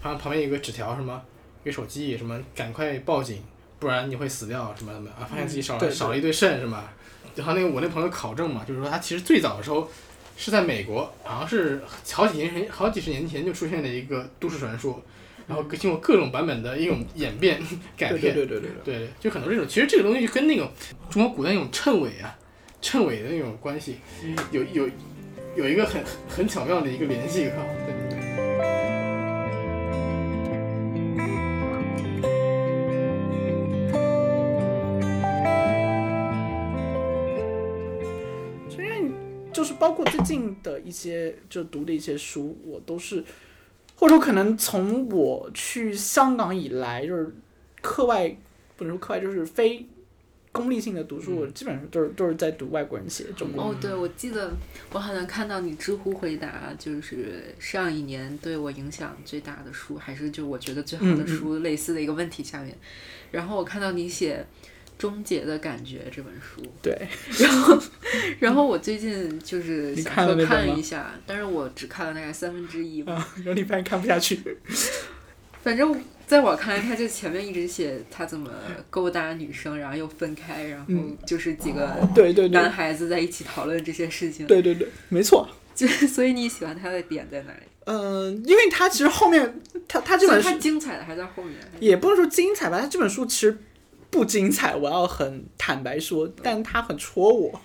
C: 好像旁边有个纸条，什么一个手机，什么赶快报警，不然你会死掉，什么什么啊，发现自己少了、
D: 嗯对对
C: 少了一对肾，是吗？然后那个我那朋友考证嘛，就是说他其实最早的时候是在美国，好像是好几年前、好几十年前就出现了一个都市传说，然后经过各种版本的一种演变 改
D: 对
C: 变，
D: 对对对对对，
C: 对，就很多这种，其实这个东西跟那种中国古代那种谶纬啊、谶纬的那种关系，有有有一个很很巧妙的一个联系哈，在里面。
D: 所以就是包括最近的一些就读的一些书，我都是，或者说可能从我去香港以来，就是课外不能说课外，就是非功利性的读书，我基本上都是都是在读外国人写的中国。
B: 哦，对，我记得我好像看到你知乎回答，就是上一年对我影响最大的书，还是就我觉得最好
D: 嗯嗯
B: 的书，类似的一个问题下面，然后我看到你写《终结的感觉》这本书，
D: 对，
B: 然后我最近就是
D: 你
B: 想
D: 看了
B: 说
D: 那本
B: 看
D: 吗
B: 一下，但是我只看了大概三分之一吧。
D: 啊，然后你发现看不下去，
B: 反正在我看来，他就前面一直写他怎么勾搭女生，然后又分开，然后
D: 嗯
B: 就是几个
D: 对对
B: 男
D: 对
B: 孩子在一起讨论这些事情。
D: 对对对，没错。
B: 就是所以你喜欢他的点在哪里？
D: 嗯，因为他其实后面他他这
B: 所
D: 本
B: 以
D: 书
B: 他精彩的还在后面。
D: 也不能说精彩吧，他这本书其实不精彩，我要很坦白说，但他很戳我，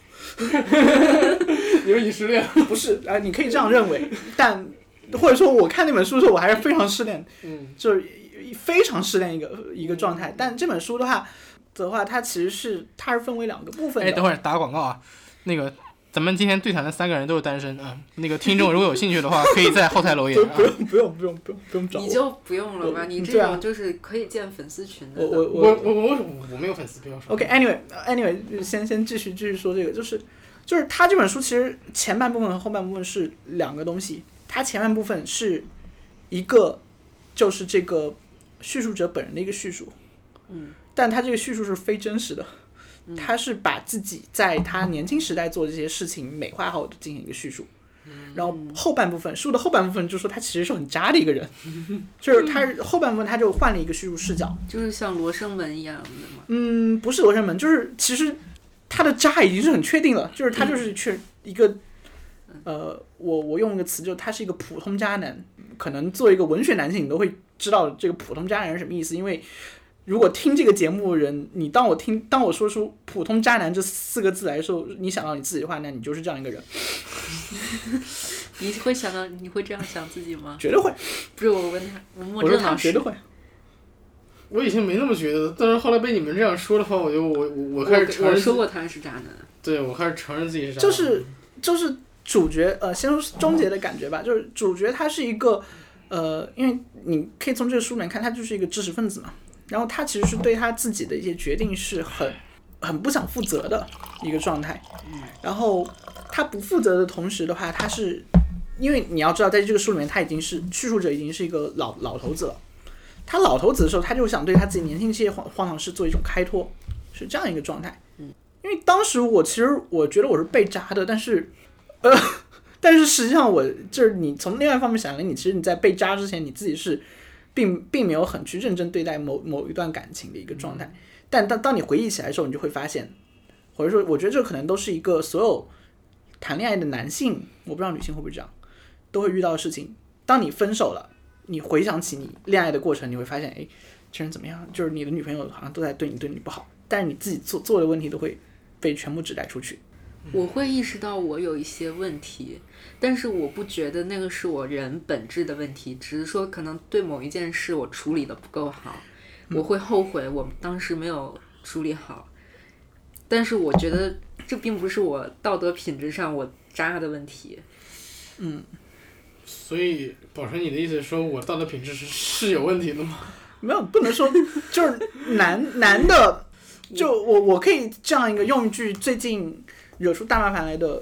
C: 因为你失恋，
D: 不是啊、你可以这样认为，但或者说我看那本书的时候，我还是非常失恋，
C: 嗯，
D: 就是非常失恋一个一个状态。但这本书的话的话，它其实是它是分为两个部分
C: 哎，
D: 的
C: 等，会儿打个广告啊，那个咱们今天对谈的三个人都是单身啊，那个听众如果有兴趣的话，可以在后台留言啊
D: 不不。用不用不用不用不用找
B: 你
D: 我，
B: 就不用了吧？
D: 我
B: 你这
D: 对啊
B: 种就是可以建粉丝群的。
D: 我我
C: 我我我我没有粉丝，不要说。
D: OK，anyway，anyway，、就先先继续继续说这个，就是就是他这本书其实前半部分和后半部分是两个东西，它前半部分是一个就是这个叙述者本人的一个叙述，
B: 嗯，
D: 但他这个叙述是非真实的，他是把自己在他年轻时代做的这些事情美化后进行一个叙述。然后后半部分，书的后半部分就说他其实是很渣的一个人，就是他后半部分他就换了一个叙述视角，
B: 就是像罗生门一样的嘛。
D: 嗯，不是罗生门，就是其实他的渣已经是很确定了，就是他就是确一个，呃，我我用一个词，就是他是一个普通渣男。可能作为一个文学男性，你都会知道这个普通渣男是什么意思，因为如果听这个节目的人，你当我听当我说出“普通渣男”这四个字来的时候，你想到你自己的话，那你就是这样一个人，
B: 你会想到你会这样想自己吗？
D: 绝对会。
B: 不是我问他，我
D: 我
B: 莫
D: 说
B: 正
D: 他
B: 老
D: 绝
B: 师
D: 对会。
C: 我以前没那么觉得，但是后来被你们这样说的话，我就我我我
B: 我
C: 开始承
B: 我
C: 认自
B: 说，过他是渣男，
C: 对我开始承认自己是渣男。
D: 就是就是主角呃，先说终结的感觉吧，就是主角他是一个呃，因为你可以从这个书里面看，他就是一个知识分子嘛，然后他其实是对他自己的一些决定是很很不想负责的一个状态，然后他不负责的同时的话，他是因为你要知道，在这个书里面他已经是叙述者已经是一个老老头子了。他老头子的时候，他就想对他自己年轻期的荒荒唐事做一种开脱，是这样一个状态。
B: 嗯，
D: 因为当时我其实我觉得我是被扎的，但是，呃， 但是实际上我就是你从另外一方面想来，你其实你在被扎之前，你自己是并并没有很去认真对待某某一段感情的一个状态。但当当你回忆起来的时候，你就会发现，或者说，我觉得这可能都是一个所有谈恋爱的男性，我不知道女性会不会这样，都会遇到的事情。当你分手了，你回想起你恋爱的过程，你会发现，哎，这人怎么样？就是你的女朋友好像都在对你对你不好，但是你自己做做的问题都会被全部指代出去。
B: 我会意识到我有一些问题，但是我不觉得那个是我人本质的问题，只是说可能对某一件事我处理的不够好，我会后悔我当时没有处理好。但是我觉得这并不是我道德品质上我渣的问题，
C: 所以，宝成，你的意思是说我道德品质是是有问题的吗？
D: 没有，不能说就是男男的，就我我可以这样一个用一句最近惹出大麻烦来的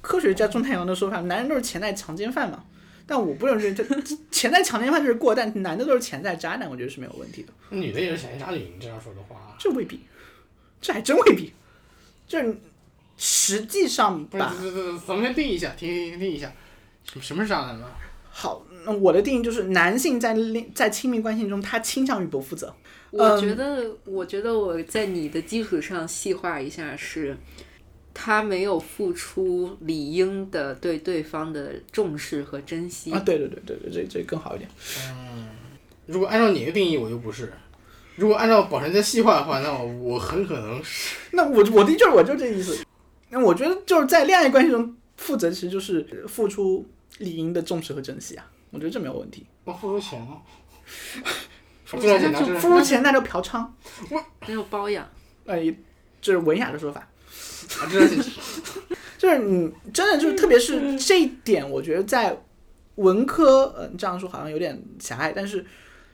D: 科学家钟太阳的说法：男人都是潜在强奸犯嘛。但我不认为这潜在强奸犯这是过，但男的都是潜在渣男，我觉得是没有问题的。
C: 那女的也是想一渣女，你这样说的话，
D: 这未必，这还真未必。就是实际上
C: 不是
D: 吧，，
C: 这这咱们先定义一下，停停停一下，什么什么是渣男呢？
D: 好，那我的定义就是男性在恋在亲密关系中，他倾向于不负责。
B: 我觉得，我觉得我在你的基础上细化一下是，他没有付出理应的对对方的重视和珍惜
D: 啊，。对对对对对，这这更好一点。
C: 如果按照你的定义，我就不是；如果按照宝成再细化的话，那我我很可能是
D: 那我我的就是我就这意思。那我觉得就是在恋爱关系中，负责其实就是付出理应的重视和珍惜啊。我觉得这没有问题。
C: 我付出钱 了。付
B: 付
C: 出
B: 出钱
C: 钱
B: 就
C: 啊就
D: 付
C: 付
D: 出钱那就嫖娼，
B: 没有包养，
D: 呃，这是文雅的说法。
C: 啊，这是
D: 就是你真的就是，特别是这一点，我觉得在文科，嗯、这样说好像有点狭隘，但是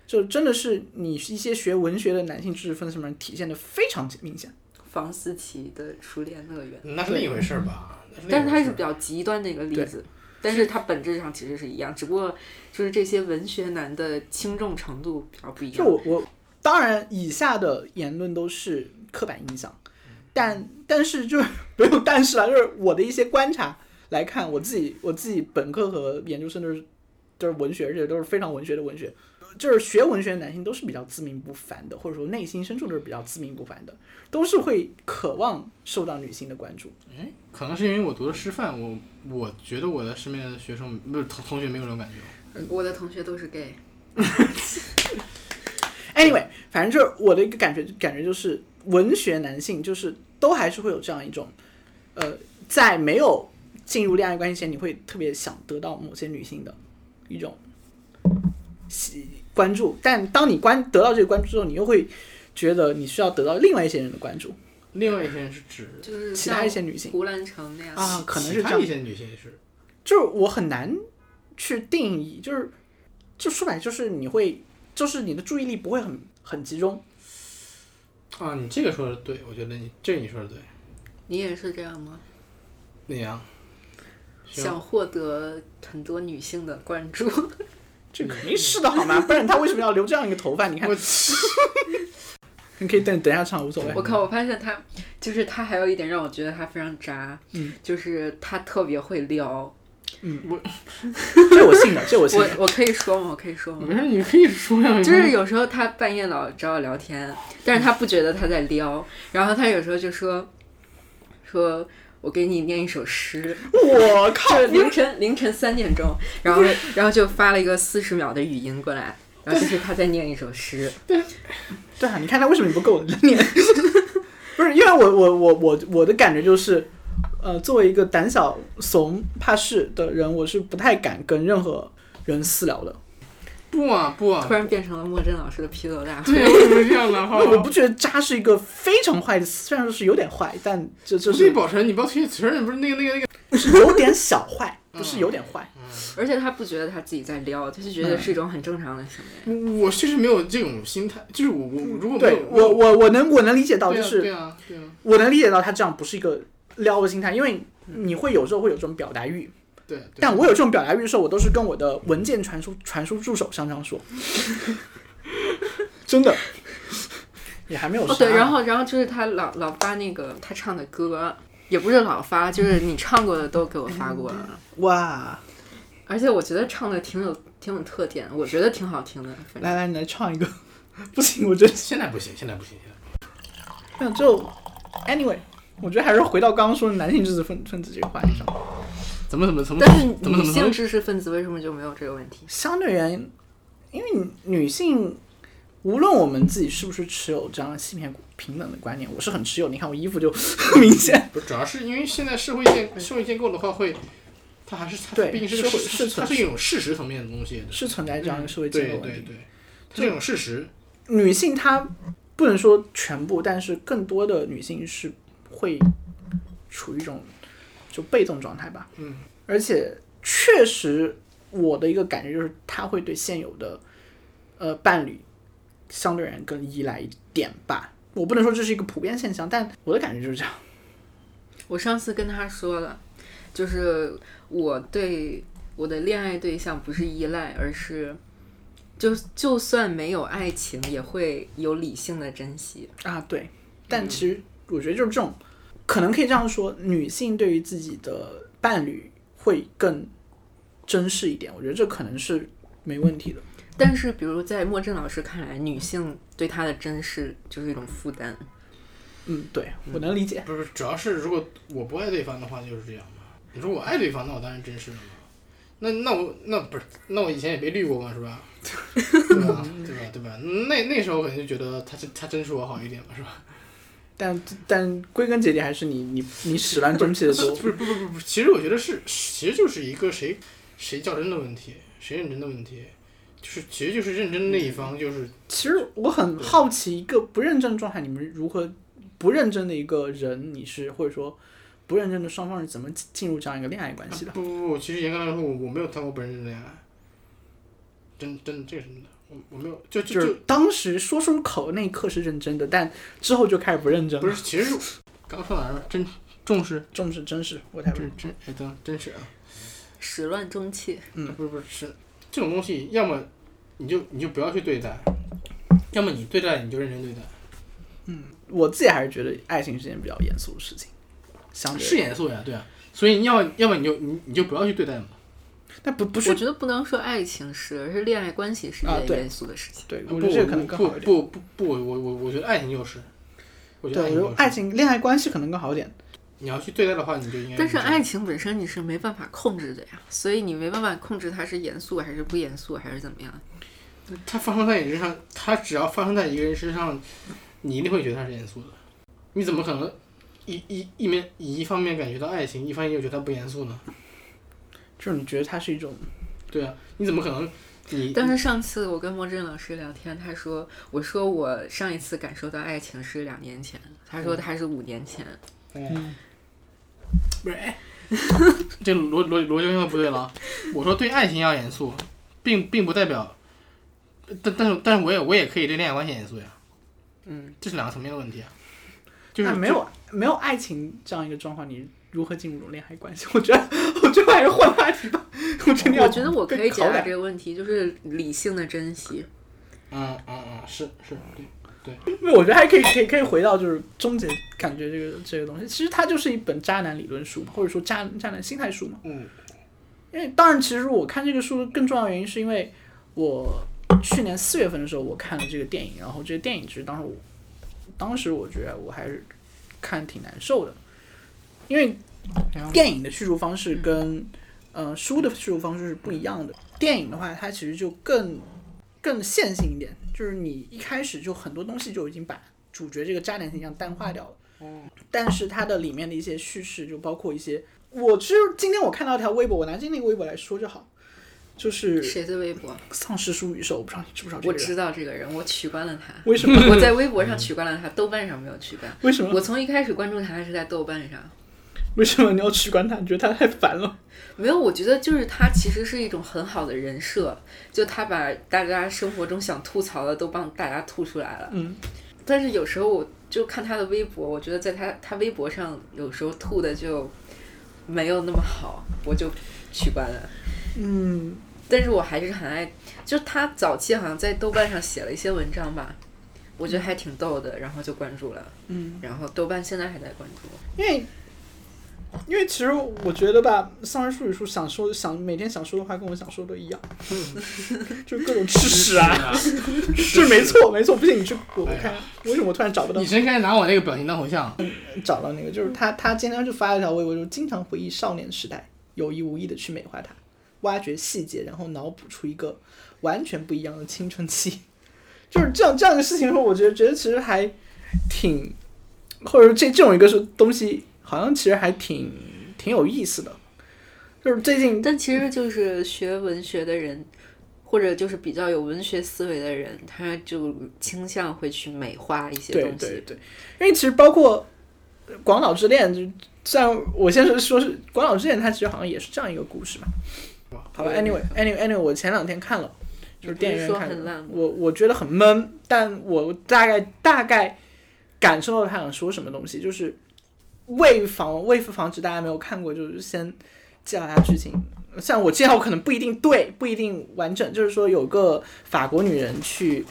D: 就真的是你一些学文学的男性知识分子上面体现的非常明显。
B: 房思琪的初恋乐园，
C: 那是另一回事儿吧？
B: 但是它
C: 他
B: 是比较极端的一个例子，但是它本质上其实是一样，只不过就是这些文学男的轻重程度比较不一
D: 就
B: 样。
D: 我我当然以下的言论都是刻板印象，
B: 嗯
D: 但但是就是 不用但是了，就是我的一些观察来看，我自己我自己本科和研究生都是都是文学，而且都是非常文学的文学。就是学文学的男性都是比较自命不凡的，或者说内心深处都是比较自命不凡的，都是会渴望受到女性的关注。
C: 哎可能是因为我读的师范，我我觉得我的身边的学生不是同同学没有这种感觉。哦
B: 我的同学都是 gay，
D: Anyway，反正就是我的一个感觉，感觉就是文学男性就是都还是会有这样一种，呃，在没有进入恋爱关系前，你会特别想得到某些女性的一种喜关注，但当你关得到这个关注之后，你又会觉得你需要得到另外一些人的关注，
C: 另外一些人是指
B: 就是
D: 其
B: 像
D: 他一些女性
B: 胡兰成那样
D: 啊，可能是
C: 其
D: 这
C: 他
D: 样
C: 一，些女性也是，
D: 就是我很难去定义，就是就说白了就是你会，就是你的注意力不会很很集中。
C: 啊，你这个说的对，我觉得你这你说的对。
B: 你也是这样吗？
C: 那样，行
B: 想获得很多女性的关 注，
D: 这肯定是的好吗？不然他为什么要留这样一个头发？你看，
C: 我
D: 你可以等等一下唱，无所谓
B: 我。靠！我发现他就是他，还有一点让我觉得他非常渣，
D: 嗯
B: 就是他特别会撩。
D: 这我信的，这我信
B: 我
D: 的。
B: 我可以说吗？我可以说吗？
C: 没事，你可以说呀。你
B: 就是有时候他半夜老找我聊天，但是他不觉得他在 撩，然后他有时候就说说。我给你念一首 诗，
D: 我靠！
B: 就是凌晨凌晨三点钟，然后然后就发了一个四十秒的语音过 来，然后就是他在念一首诗，
D: 对啊，你看他为什么你不够脸？ 不是，因为我我我我我的感觉就是，呃，作为一个胆小、怂、怕事的人，我是不太敢跟任何人私聊的。
C: 不啊不啊
B: 突，然变成了莫真老师的批斗大会。
C: 对啊，为什么这样呢？哈
D: 我不觉得渣是一个非常坏的词，虽然说是有点坏，但这这
C: 不对，
D: 是
C: 宝晨，你不要推词儿，你不是那个那个那个。
D: 是有点小坏，不是有点坏。
B: 而且他不觉得他自己在撩，他就觉得是一种很正常的行为。
C: 我我确实没有这种心态，就是我我我如果没
D: 嗯对
C: 有
D: 我我我能我能理解到，
C: 对
D: 就
C: 啊
D: 是
C: 对啊对啊
D: 我能理解到他这样不是一个撩的心态，因为你会有时候会有这种表达欲，
C: 对啊，对
D: 但我有这种表达欲的时候，我都是跟我的文件传输传输助手商量说， 真的，也还没有
B: 哦，
D: 杀。
B: 对，然后然后就是他老老发那个他唱的歌，也不是老发，就是你唱过的都给我发过了，
D: 哇，
B: 而且我觉得唱的挺有挺有特点，我觉得挺好听的。反正
D: 来来，你来唱一个， 不行，我觉得
C: 现在不行，现在不行，现在
D: 那就 anyway，我觉得还是回到刚刚说的男性知识分分子这个话题上。
C: 怎么怎么怎么
B: 但是
C: 怎么
B: 女
C: 怎么怎
B: 性
C: 么
B: 知识分子为什么就没有这个问题？
D: 相对而言，因为女性，无论我们自己是不是持有这样性别平等的观念，我是很持有。你看我衣服就 很明显，
C: 不是，主要是因为现在社会建社会建构的话会，它还是它
D: 对
C: 毕竟是
D: 是
C: 个
D: 是
C: 是它
D: 存
C: 是一种事实层面的东西，
D: 是存在这样的社会
C: 嗯
D: 结
C: 对
D: 构问
C: 对
D: 题。
C: 对，它这种事实
D: 女性她不能说全部，但是更多的女性是会处于一种就被动状态吧。
C: 嗯，
D: 而且确实我的一个感觉就是，她会对现有的呃伴侣相对而言更依赖一点吧。我不能说这是一个普遍现象，但我的感觉就是这样。
B: 我上次跟他说了，就是我对我的恋爱对象不是依赖，而是就就算没有爱情，也会有理性的珍惜。
D: 啊，对，但其实我觉得就是这种，可能可以这样说，女性对于自己的伴侣会更珍视一点，我觉得这可能是没问题的。
B: 但是，比如在莫振老师看来，女性对他的珍视就是一种负担。
D: 嗯，对，我能理解。
C: 不是，主要是如果我不爱对方的话就是这样嘛。你说我爱对方，那我当然珍视了嘛。那那我那不是，那我以前也被绿过嘛，是 吧？对吧？对吧？对吧？那那时候我肯定就觉得他真他真是我好一点嘛，是吧？
D: 但但归根结底还是你你你始乱终弃的多。
C: 不是不是不是不是，其实我觉得是，其实就是一个谁谁较真的问题，谁认真的问题，就是其实就是认真的那一方就是
D: 其实我很好奇，一个不认真的状态，你们如何不认真的一个人，你是或者说不认真的双方是怎么进进入这样一个恋爱关系的？
C: 不不不，其实严格来说，我我没有谈过本人的恋爱，真真这个是真的，我我没有，就就
D: 就是当时说出口的那一刻是认真的，但之后就开始不认真
C: 不
D: 了。
C: 是，其实刚说哪儿了？真重视，
D: 重视真是我才不
C: 真真哎等真是啊，
B: 始乱终弃，
D: 嗯
C: 不是不是是这种东西，要么你就你就不要去对待，要么你对待你就认真对待，
D: 我自己还是觉得爱情是件比较严肃的事情，相对
C: 是严肃呀，对啊，所以你要要么你就你你就不要去对待嘛。
D: 但不不
B: 我
D: 是
B: 觉得不能说爱情是，而是恋爱关系是一
D: 啊
B: 件
D: 对
B: 严肃的事情。
D: 对，
C: 不
D: 我觉得这个可能更
C: 不
D: 好一点。
C: 不不不，我我我我觉得爱情就是，我觉
D: 对，
C: 得
D: 我
C: 爱
D: 觉
C: 情就是
D: 得爱，情恋爱关系可能更好一点。
C: 你要去对待的话，你就应该。
B: 但是爱，情本身你是没办法控制的呀，所以你没办法控制它是严肃还是不严肃还是怎么样。
C: 它发生在你身上，它只要发生在一个人身上，你一定会觉得它是严肃的。你怎么可能一一一面一方面感觉到爱情，一方面又觉得它不严肃呢？
D: 就是你觉得它是一种
C: 对啊，你怎么可能你？
B: 但是上次我跟莫振老师聊天，他说，我说我上一次感受到爱情是两年前，他说他是五 年前，
C: 嗯，不是，哎， 这逻逻逻辑用的不对了啊。我说对爱情要严肃，并并不代表，但但是但是我也我也可以对恋爱关系严肃呀。
B: 嗯，
C: 这是两个层面的问题啊。就是
D: 那没有没有爱情这样一个状况，你如何进入恋爱关系？ 我觉得我觉得还是换话题吧。我真的要
B: 我觉得我可以
D: 被
B: 解
D: 拷
B: 答
D: 打
B: 这个问题，就是理性的珍惜。
C: 嗯嗯嗯，是是，对，
D: 没有，我觉得还可以，可以，可以回到就是终结感觉这个这个东西。其实它就是一本渣男理论书嘛，或者说渣渣男心态书嘛。
C: 嗯，
D: 因为当然，其实我看这个书更重要的原因是因为我去年四月份的时候我看了这个电影，然后这个电影其实当时我当时我觉得我还是看挺难受的，因为电影的叙述方式跟呃书的叙述方式是不一样的。电影的话，它其实就更更线性一点，就是你一开始就很多东西就已经把主角这个渣男形象淡化掉了。但是它的里面的一些叙事，就包括一些，我其实今天我看到一条微博，我拿今天那个微博来说就好，就是
B: 谁的微博？
D: 丧尸书宇宙，我不知道你知不知道这
B: 我
D: 个嗯人？
B: 知道这个人，我取关了 他。
D: 为什么？
B: 我在微博上取关了他，豆瓣上没有取关。
D: 为什么？
B: 我从一开始关注他是在豆瓣上，
D: 为什么你要取关他？你觉得他太烦了？
B: 没有，我觉得就是他其实是一种很好的人设，就他把大家生活中想吐槽的都帮大家吐出来了。
D: 嗯，
B: 但是有时候我就看他的微博，我觉得在他他微博上有时候吐的就没有那么好，我就取关了。
D: 嗯，
B: 但是我还是很爱，就他早期好像在豆瓣上写了一些文章吧，我觉得还挺逗的，然后就关注了，
D: 嗯，
B: 然后豆瓣现在还在关注，
D: 因为因为其实我觉得吧，丧尸处理术想说想每天想说的话跟我想说的一样， 就各种吃屎啊， 是没错没错，不信你去我我看为什么我突然找不到
C: 你真该拿我那个表情当头像。
D: 找到那个，就是他他今天就发了一条微博，就经常回忆少年时代，有意无意的去美化它，挖掘细节，然后脑补出一个完全不一样的青春期。 就是这样这样的事情的时候，我觉得觉得其实还挺，或者说这这种一个是东西，好像其实还挺挺有意思的。就是最近
B: 但其实就是学文学的人，或者就是比较有文学思维的人，他就倾向会去美化一些
D: 对
B: 东
D: 对
B: 西。
D: 对，因为其实包括呃《广岛之恋》，就虽然我先是说是《广岛之恋》，它其实好像也是这样一个故事嘛。好吧，anyway，anyway，anyway，我前两天看了，就是电影
B: 你不
D: 院
B: 是
D: 看
B: 说很烂
D: 的
B: 吗，
D: 我我觉得很闷，但我大概大概感受到他想说什么东西，就是为防为防止大家没有看过，就是先介绍一下剧情。像我介绍可能不一定对，不一定完整，就是说有个法国女人去。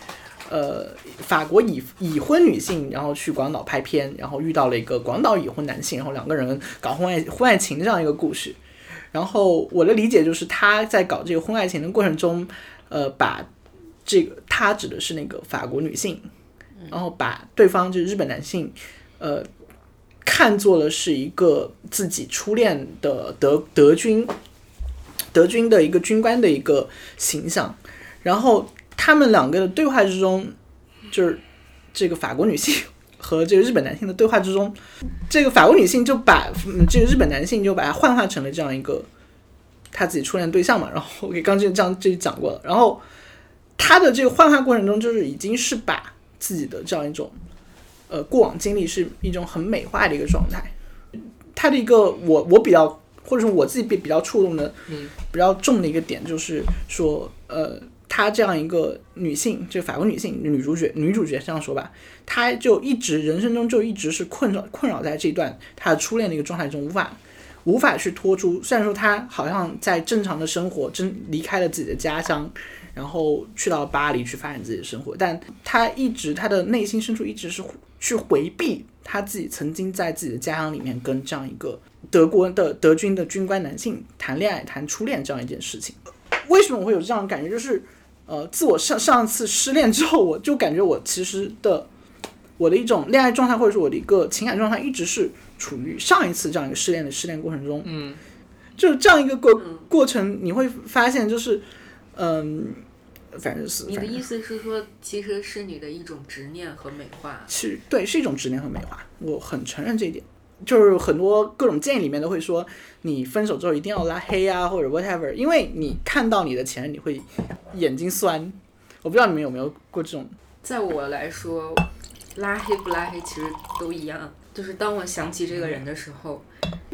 D: 呃，法国已已婚女性，然后去广岛拍片，然后遇到了一个广岛已婚男性，然后两个人搞婚外婚外情这样一个故事。然后我的理解就是，他在搞这个婚外情的过程中，呃，把这个他指的是那个法国女性，然后把对方就是日本男性，呃，看作了是一个自己初恋的德德军，德军的一个军官的一个形象。然后他们两个的对话之中，就是这个法国女性和这个日本男性的对话之中，这个法国女性就把、嗯、这个日本男性就把他幻化成了这样一个他自己初恋对象嘛。然后我给刚这这样这里讲过了，然后他的这个幻化过程中，就是已经是把自己的这样一种呃过往经历是一种很美化的一个状态。他的一个我我比较或者说我自己比比较触动的，
C: 嗯，
D: 比较重的一个点就是说，呃，她这样一个女性，这个法国女性女主角女主角这样说吧，她就一直人生中就一直是困扰困扰在这段她的初恋的一个状态中，无法无法去脱出。虽然说她好像在正常的生活，真离开了自己的家乡，然后去到巴黎去发展自己的生活，但她一直她的内心深处一直是去回避她自己曾经在自己的家乡里面跟这样一个德国的德军的军官男性谈恋爱、谈初恋这样一件事情。为什么我会有这样的感觉？就是呃，自我上上次失恋之后，我就感觉我其实的我的一种恋爱状态，或者是我的一个情感状态，一直是处于上一次这样一个失恋的失恋过程中。
C: 嗯，
D: 就是这样一个过
B: 嗯
D: 过程，你会发现就是，嗯，反正就是
B: 你的
D: 反正
B: 意思是说，其实是你的一种执念和美化，
D: 是对，是一种执念和美化，我很承认这一点。就是很多各种建议里面都会说，你分手之后一定要拉黑啊，或者 whatever，因为你看到你的前任，你会眼睛酸。我不知道你们有没有过这种
B: 在我来说，拉黑不拉黑其实都一样。就是当我想起这个人的时候，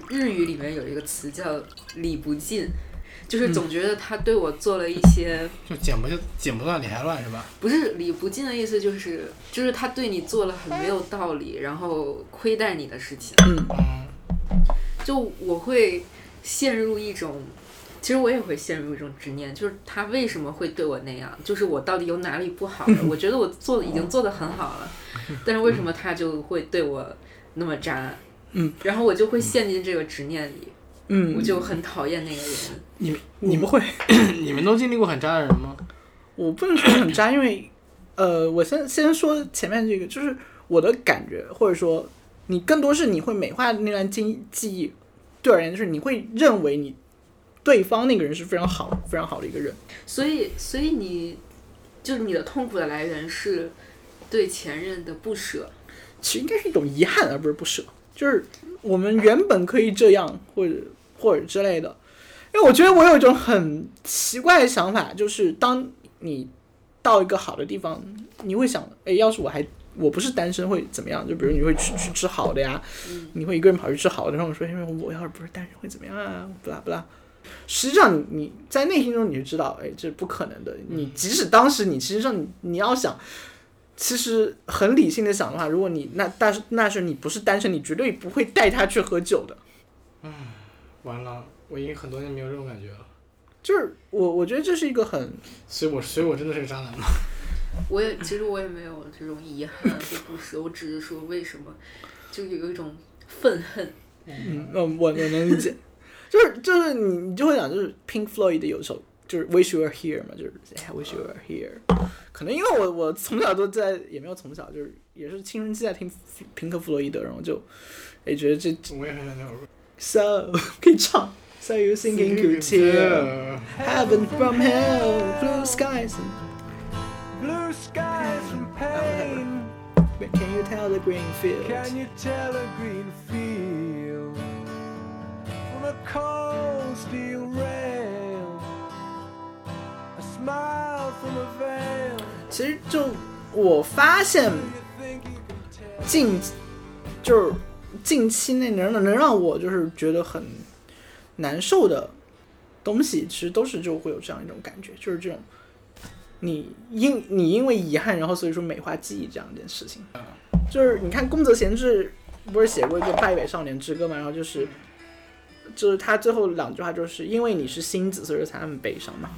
B: 日语里面有一个词叫“理不尽”，就是
D: 嗯
B: 总觉得他对我做了一些，
C: 就剪不就剪不断理还乱是吧？
B: 不是“理不尽”的意思，就是就是他对你做了很没有道理，然后亏待你的事情。
C: 嗯，
B: 就我会陷入一种，其实我也会陷入一种执念，就是他为什么会对我那样？就是我到底有哪里不好了？我觉得我做已经做得很好了，但是为什么他就会对我那么渣？
D: 嗯，
B: 然后我就会陷进这个执念里，
D: 嗯，
B: 我就很讨厌那个人。
D: 你们会，
C: 嗯你们都经历过很渣的人吗？
D: 我不能说很渣，因为呃，我先先说前面这个，就是我的感觉，或者说你更多是你会美化那段记记忆，对我而言就是你会认为你对方那个人是非常好、非常好的一个人。
B: 所以，所以你就是你的痛苦的来源是对前任的不舍。
D: 其实应该是一种遗憾，而不是不舍。就是我们原本可以这样，或者或者之类的。因为我觉得我有一种很奇怪的想法，就是当你到一个好的地方，你会想，哎，要是我还我不是单身会怎么样？就比如你会去去吃好的呀，你会一个人跑去吃好的，然后我说，因为哎我要是不是单身会怎么样啊？不啦不啦。实际上你，你在内心中你就知道，哎，这是不可能的。你即使当时你，其实上你你要想，其实很理性的想的话，如果你那但是那是你不是单身，你绝对不会带他去喝酒的。
C: 完了，我已经很多年没有这种感觉了。
D: 就是我我觉得这是一个很
C: 所以我所以我真的是个渣男嘛。
B: 我也其实我也没有这种遗憾或不舍，我只是说为什么就有一种愤恨。
D: 嗯，我我我能理解， 就是就是你你就会想，就是 Pink Floyd 的有首就是 Wish You Were Here 嘛，就是哎 Wish You Were Here，可能因为我我从小都在，也没有从小，就是也是青春期在听平克·弗洛伊德，然后就也觉得这
C: 我也很想那首歌。
D: So 可以唱 So you thinking you tear heaven from hell blue skies
E: Blue skies from pain.
D: and- can you tell the green fields
E: Can you tell a green field from a cold steel rail? A smile from a veil.
D: 其实就我发现
E: You think you can tell?
D: 近就是近期内能能让我就是觉得很难受的东西，其实都是就会有这样一种感觉，就是这种你因你因为遗憾，然后所以说美化记忆这样一件事情。就是你看宫泽贤治不是写过一个《败北少年之歌》嘛，然后就是。就是他最后两句话，就是因为你是星子，所以说才那么悲伤嘛。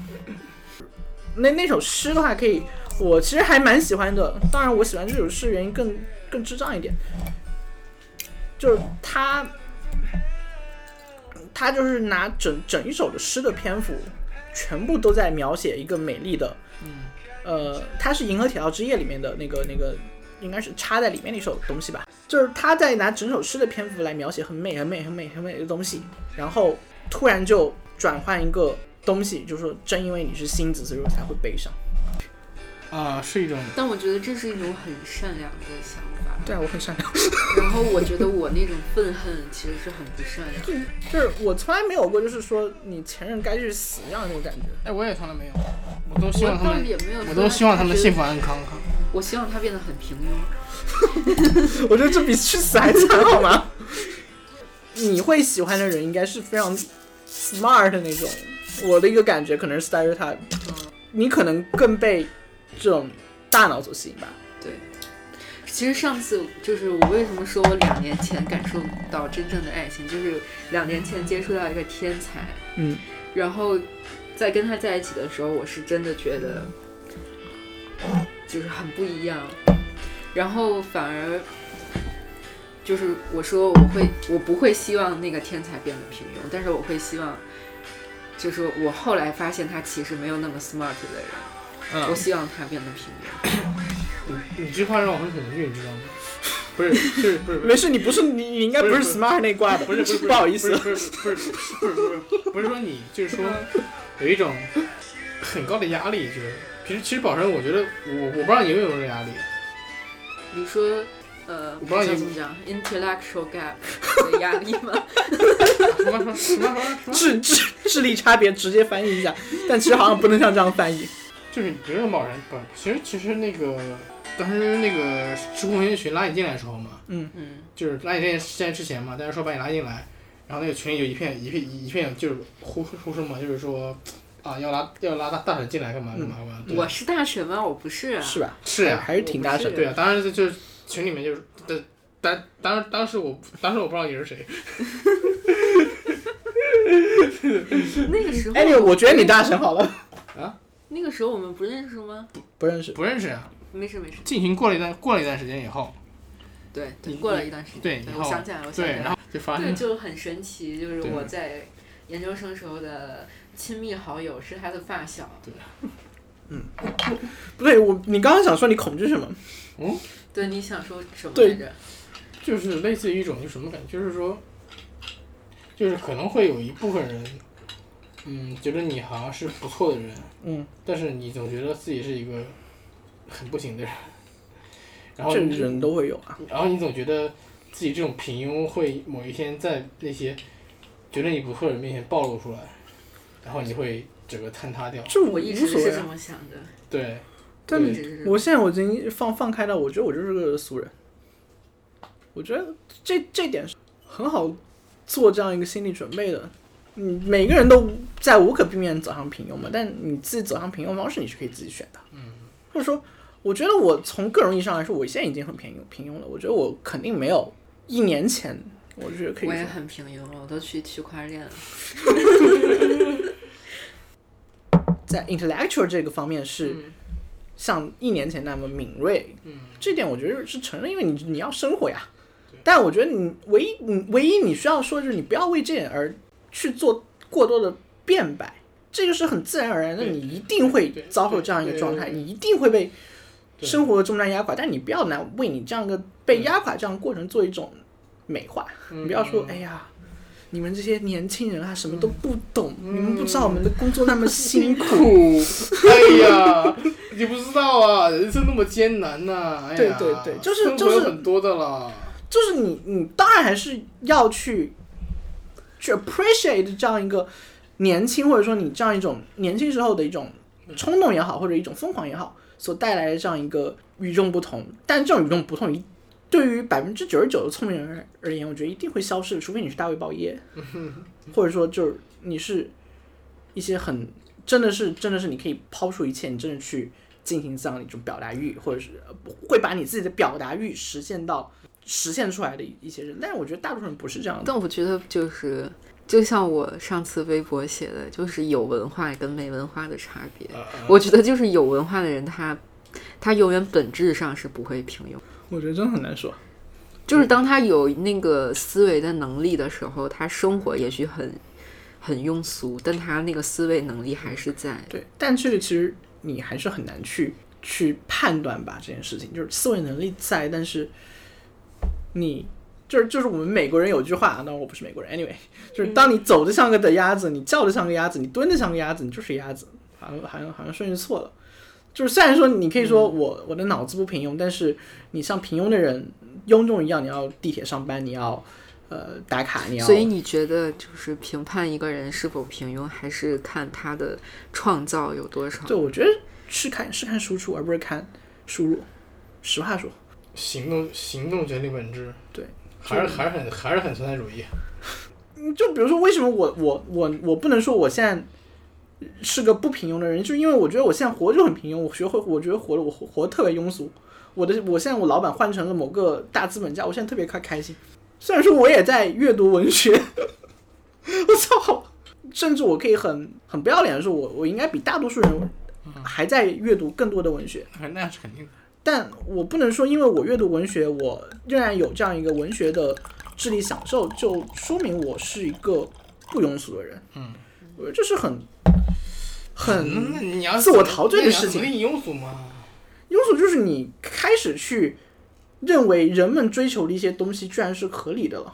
D: 那那首诗的话，可以，我其实还蛮喜欢的。当然，我喜欢这首诗原因更更智障一点，就是他，他就是拿整整一首的诗的篇幅，全部都在描写一个美丽的，呃，它是《银河铁道之夜》里面的那个那个，应该是插在里面的一首东西吧，就是他在拿整首诗的篇幅来描写很美很美很美很美的东西，然后突然就转换一个东西，就是说正因为你是星子，所以我才会悲伤。
C: 啊，是一种
B: 但我觉得这是一种很善良的想法。
D: 对啊，我很善良。
B: 然后我觉得我那种愤恨其实是很不善良的。
D: 就是我从来没有过，就是说你前任该去死这样的那种感觉。
C: 哎，我也从来没有，我都希
B: 我
C: 望他
B: 倒是
C: 们，
B: 也没有说
C: 我都希望他们
B: 觉得
C: 幸福。安康康。
B: 我希望他变得很平 庸。
D: 我觉得这比去死还惨，好吗？你会喜欢的人应该是非常 smart 的那种。我的一个感觉可能是 stereotype，你可能更被这种大脑所吸引吧。
B: 其实上次就是我为什么说我两年前感受到真正的爱情，就是两年前接触到一个天才，
D: 嗯，
B: 然后在跟他在一起的时候，我是真的觉得就是很不一样，然后反而就是我说我会我不会希望那个天才变得平庸，但是我会希望就是我后来发现他其实没有那么 smart 的人，
C: 嗯
B: 我希望他变得平庸。
C: 你你这话让我很恐惧，你知道吗？不是，就是不是不
D: 没
C: 是
D: 事，你不是你，你应该不
C: 不
D: 是
C: 是
D: smart 那挂的，
C: 不是不是
D: 不好意思。
C: 不是不是不是不是不是不是说你，就是说有一种很高的压力，就是其实其实宝生，我觉得我我不知道你有没有这种压力，
B: 你说呃，
C: 我不知道
B: 叫
C: 你
B: 怎么讲 intellectual gap 的压力 吗？
C: 什么什么什么什么，
D: 智智智力差别直接翻译一下，但其实好像不能像这样翻译。
C: 就是不用宝生，不，其实其实那个当时那个知乎文学群拉你进来的时候嘛，
B: 嗯，
C: 就是拉你这件事件之前嘛，大家说把你拉进来，然后那个群里就一片一片一片就是呼呼声嘛，就是说啊要拉要拉大大婶进来干嘛干嘛干嘛。对
B: 嗯我是大神吗？我不是 啊。
D: 是吧？
C: 是呀、
D: 还是挺大声的。
B: 我不是
C: 对啊，当时就是群里面就是当当当当时我当时我不知道你是谁，
B: 那个时候，
D: 哎，你我觉得你大神好了，
B: 那个时候我们不认识吗？
D: 不认识。
C: 不认识啊。
B: 没事没事，
C: 进群过了一段过了一段时间以后，
B: 对，对
C: 你
B: 过了一段时间，
C: 对，以
B: 对
C: 后
B: 我想起来了，我想
C: 对，
B: 起来嗯
C: 然
B: 了
C: 后，就发
B: 对，
C: 生
B: 就很神奇，就是
C: 对
B: 我在研究生时候的亲密好友是他的发小，
D: 不对，我你刚刚想说你恐惧什么？
B: 对，你想说什么
D: 对
B: 来着？
C: 就是类似于一种就什么感觉，就是说，就是可能会有一部分人，嗯，觉得你好像是不错的人，
D: 嗯，
C: 但是你总觉得自己是一个很不行的人，然
B: 哦
C: 后
D: 这
C: 你
D: 人都会有啊。
C: 然后你总觉得自己这种平庸会某一天在那些觉得你不错的人面前暴露出来，然后你会整个坍塌掉。
D: 就
B: 我一
D: 无
B: 直
D: 所
B: 是
D: 谓
B: 这
D: 啊。
B: 么想的，
C: 对，
D: 但
B: 一直是
D: 我现在我已经放放开了，我觉得我就是个俗人。我觉得这这点是很好做这样一个心理准备的。嗯，每个人都在无可避免走上平庸嘛，但你自己走上平庸方式你是可以自己选的。嗯，或者说，我觉得我从个人意义上来说，我现在已经很平庸平庸了。我觉得我肯定没有一年前，我觉得可以
B: 我
D: 说
B: 也很平庸了，我都去区块链了。
D: 在 intellectual 这个方面是
B: 嗯
D: 像一年前那么敏锐，
C: 嗯，
D: 这点我觉得是承认，因为你你要生活呀。但我觉得你唯一你唯一你需要说的就是你不要为这点而去做过多的辩白，这就是很自然而然的，
C: 对
D: 你一定会
C: 对对
D: 遭受这样一个状态，
C: 对对
D: 你一定会被
C: 对
D: 生活的重担压垮。但你不要来为你这样一个被压垮这样的过程做一种美化，
C: 嗯
D: 你不要说哎呀。你们这些年轻人啊，什么
C: 嗯
D: 都不懂，你们不知道我们的工作那么辛苦。
B: 苦，
C: 哎呀，你不知道啊，人生那么艰难呐、哎呀，
D: 对对对就是
C: 生活
D: 就是
C: 有很多的啦。
D: 就是你你当然还是要去去 appreciate 这样一个年轻，或者说你这样一种年轻时候的一种冲动也好，或者一种疯狂也好，所带来的这样一个与众不同。但这种与众不同，一对于百分之九十九的聪明人而言，我觉得一定会消失，除非你是大卫鲍耶，或者说就是你是一些很真的是真的是你可以抛出一切，你真的去进行这样一种表达欲，或者是呃会把你自己的表达欲实现到实现出来的一些人。但是我觉得大部分人不是这样的。
B: 但我觉得就是，就像我上次微博写的，就是有文化跟没文化的差别。我觉得就是有文化的人他，他永远本质上是不会平庸。
D: 我觉得真的很难说。
B: 就是当他有那个思维的能力的时候，他生活也许很很庸俗，但他那个思维能力还是在。
D: 对，但这个其实你还是很难去去判断吧，这件事情就是思维能力在，但是你就是就是我们美国人有句话，当啊然我不是美国人，anyway，就是当你走的像个的鸭子，你叫的像个鸭子，你蹲的像个鸭子，你就是鸭子，好像好像好像顺序错了。就是虽然说你可以
B: 嗯
D: 说我、我的脑子不平庸，但是你像平庸的人庸众一样，你要地铁上班，你要呃打卡，你要
B: 所以你觉得就是评判一个人是否平庸，还是看他的创造有多少？
D: 对，我觉得是看是看输出，而不是看输入。实话说，
C: 行动行动决定本质，
D: 对，
C: 还是还是很还是很存在主义。
D: 嗯就比如说，为什么我我我我不能说我现在是个不平庸的人，就因为我觉得我现在活就很平庸，我学会我觉得活的我活活得特别庸俗。我的我现在我老板换成了某个大资本家，我现在特别开开心。虽然说我也在阅读文学， 我操，甚至我可以很很不要脸的说，我我应该比大多数人还在阅读更多的文学。
C: 那是肯定的。
D: 但我不能说，因为我阅读文学，我仍然有这样一个文学的智力享受，就说明我是一个不庸俗的人。
C: 嗯，
D: 我觉得这是很很
C: 嗯，那你要
D: 自我陶醉的事情
C: 那你要努力庸俗嘛？
D: 庸俗，就是你开始去认为人们追求的一些东西居然是合理的了。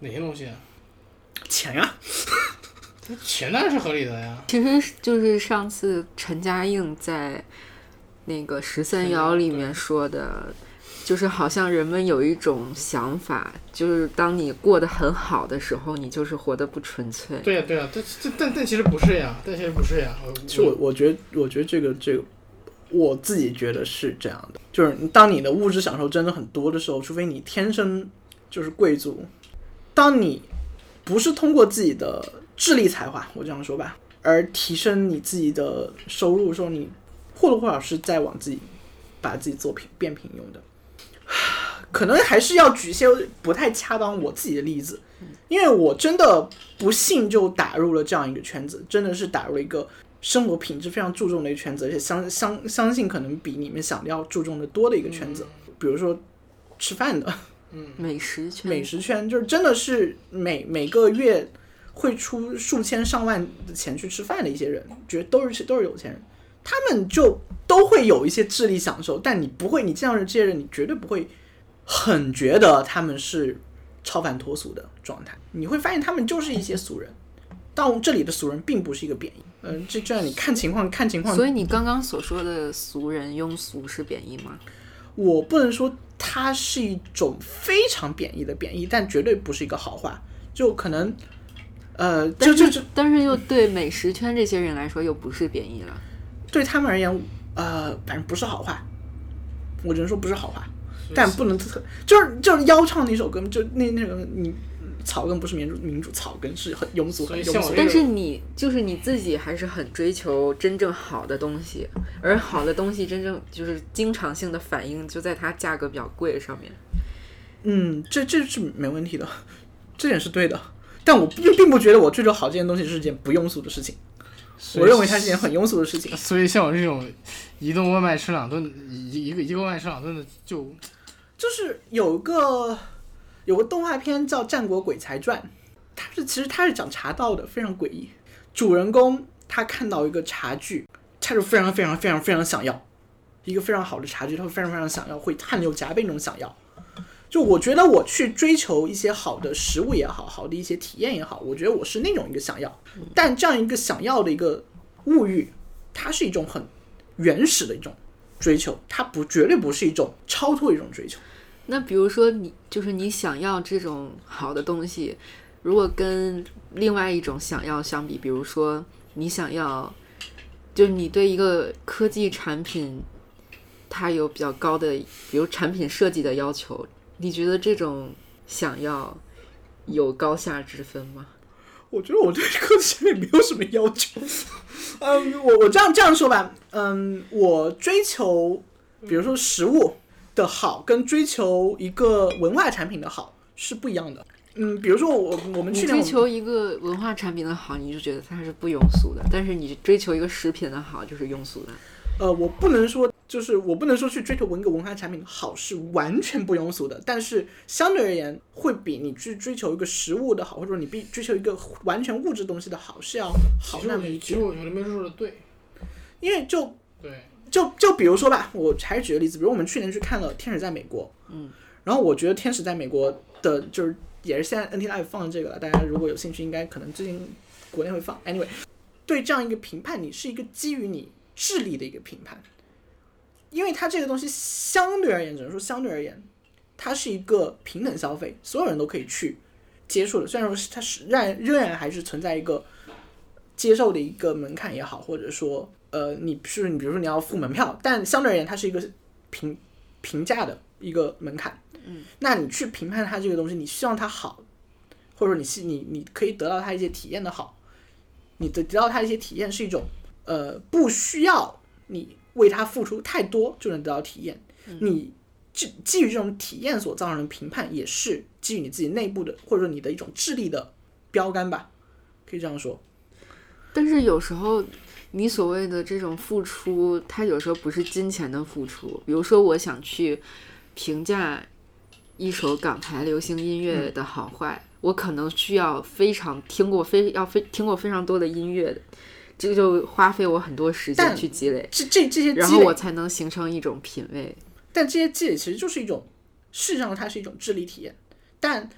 C: 哪些东西啊？
D: 钱呀、
C: 钱当然是合理的呀。
B: 其实就是上次陈嘉映在那个十三幺里面说的，就是好像人们有一种想法，就是当你过得很好的时候，你就是活得不纯粹。
C: 对呀、对呀、但这但但其实不是呀，但其实不是呀。我
D: 其实我我觉得，我觉得这个这个，我自己觉得是这样的，就是你当你的物质享受真的很多的时候，除非你天生就是贵族，当你不是通过自己的智力才华，我这样说吧，而提升你自己的收入的时候，你或多或少是在往自己把自己做平变平庸的。 可能还是要举一些不太恰当我自己的例子，因为我真的不幸就打入了这样一个圈子，真的是打入了一个生活品质非常注重的一个圈子，而且相相相信可能比你们想的要注重的多的一个圈子，比如说吃饭的
B: 嗯美食圈，
D: 美食圈，就是真的是每每个月会出数千上万的钱去吃饭的一些人，觉得都是都是有钱人，他们就都会有一些智力享受，但你不会，你见到这些人，你绝对不会很觉得他们是超凡脱俗的状态，你会发现他们就是一些俗人。但这里的俗人并不是一个贬义，嗯、这这样你看情况，看情况
B: 所以你刚刚所说的俗人庸俗是贬义吗？
D: 我不能说它是一种非常贬义的贬义，但绝对不是一个好话。就可能，呃，就
B: 但
D: 就是就
B: 但是又对美食圈这些人来说又不是贬义了。
D: 对他们而言，呃，反正不是好话。我只能说不是好话，但不能特就是就是妖唱那首歌，就那那个你草根不是民主民主，草根是很庸俗
C: 所
D: 很
C: 以
D: 庸
C: 像
D: 俗
C: 我这。
B: 但是你就是你自己还是很追求真正好的东西，而好的东西真正就是经常性的反应就在它价格比较贵上面。
D: 嗯，这这是没问题的，这点是对的。但我并并不觉得我追求好这件东西是件不庸俗的事情。
C: 所以
D: 我认为它是件很庸俗的事情。
C: 所以像我这种移动外卖吃两顿，一一个一个外卖吃两顿的就
D: 就是有一个有个动画片叫《战国鬼才传》，它是其实它是讲茶道的，非常诡异。主人公他看到一个茶具，他就非常非常非常非常想要一个非常好的茶具，他会非常非常想要，会汗流浃背那种想要。就我觉得我去追求一些好的食物也好，好的一些体验也好，我觉得我是那种一个想要，但这样一个想要的一个物欲，它是一种很原始的一种追求，它不绝对不是一种超脱一种追求。
B: 那比如说你就是你想要这种好的东西，如果跟另外一种想要相比，比如说你想要，就是你对一个科技产品，它有比较高的，比如产品设计的要求，你觉得这种想要有高下之分吗？
D: 我觉得我对科技产品没有什么要求。嗯，我我这样这样说吧，嗯，我追求比如说食物的好，跟追求一个文化产品的好是不一样的。嗯，比如说我我们
B: 你
D: 去年我
B: 追
D: 们
B: 求一个文化产品的好，你就觉得它是不庸俗的；但是你追求一个食品的好，就是庸俗的。
D: 呃，我不能说，就是我不能说去追求文革文化产品的好是完全不庸俗的，但是相对而言，会比你去追求一个食物的好，或者说你必追求一个完全物质东西的好是要好
C: 其实
D: 那
C: 我
D: 么
C: 觉
D: 一
C: 得其
D: 点
C: 实。我觉得没说的对，
D: 因为就
C: 对，
D: 就就比如说吧，我还是举个例子，比如我们去年去看了《天使在美国》，
B: 嗯，
D: 然后我觉得《天使在美国》的就是也是现在 NT Live 放的这个了，大家如果有兴趣，应该可能最近国内会放。Anyway，对这样一个评判，你是一个基于你智力的一个评判，因为它这个东西相对而言，只能说相对而言，它是一个平等消费，所有人都可以去接触的。虽然说它是仍然仍然还是存在一个接受的一个门槛也好，或者说呃，你是你比如说你要付门票，但相对而言，它是一个评评价的一个门槛。嗯，那你去评判它这个东西，你希望它好，或者说你是你你可以得到它一些体验的好，你得得到它一些体验是一种呃不需要你为它付出太多就能得到体验，你。基基于这种体验所造成的评判，也是基于你自己内部的，或者说你的一种智力的标杆吧，可以这样说。
B: 但是有时候，你所谓的这种付出，它有时候不是金钱的付出。比如说，我想去评价一首港台流行音
D: 嗯
B: 乐的好坏，我可能需要非常听过非要非听过非常多的音乐，这就花费我很多时间
D: 但
B: 去积累，
D: 这这这些
B: 然
D: 积
B: 后我
D: 累，
B: 才能形成一种品味。
D: 但这些积累其实就是一种，事实上它是一种智力体验。但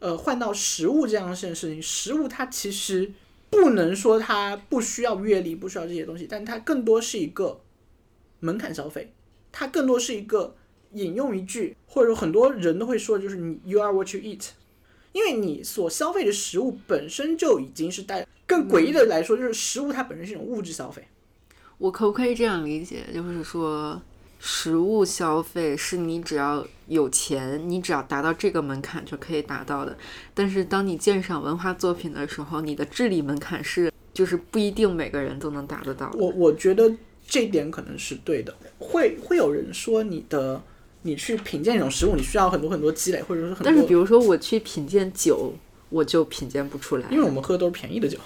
D: 呃，换到食物这样的事情，食物它其实不能说它不需要阅历，不需要这些东西，但它更多是一个门槛消费，它更多是一个引用一句，或者说很多人都会说，就是你 you are what you eat。因为你所消费的食物本身就已经是带更诡异的来说，就是食物它本身是一种物质消费，
B: 我可不可以这样理解？就是说，食物消费是你只要有钱，你只要达到这个门槛就可以达到的。但是当你鉴赏文化作品的时候，你的智力门槛是就是不一定每个人都能达得到的。
D: 我我觉得这一点可能是对的，会会有人说你的你去品鉴一种食物，你需要很多很多积累，或者说很多。
B: 但是比如说我去品鉴酒，我就品鉴不出来。
D: 因为我们喝的都是便宜的酒，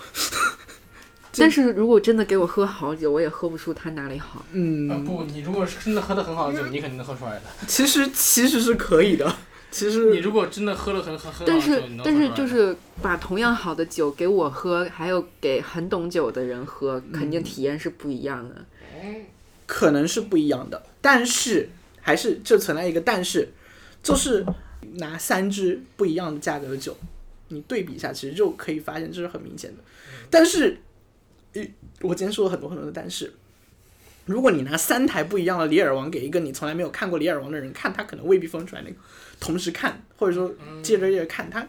B: 但是如果真的给我喝好酒，我也喝不出它哪里好。
C: 啊
D: 嗯，
C: 不，你如果是真的喝的很好的酒，你肯定能喝出来的。
D: 其实其实是可以的，其
C: 你
D: 实
C: 如果真的喝了很很很好
B: 但
C: 的酒，
B: 是
C: 啊你能喝
B: 但
C: 出来
B: 是
C: 的
B: 就是把同样好的酒给我喝，还有给很懂酒的人喝，肯
D: 嗯
B: 定体验是不一样的。
D: 可能是不一样的，但是还是这存在一个但是，就是拿三支不一样的价格的酒，你对比一下，其实就可以发现这是很明显的。但是，一我今天说了很多很多的但是，如果你拿三台不一样的《李尔王》给一个你从来没有看过《李尔王》的人看，他可能未必分出来那个。同时看，或者说接着接着看，他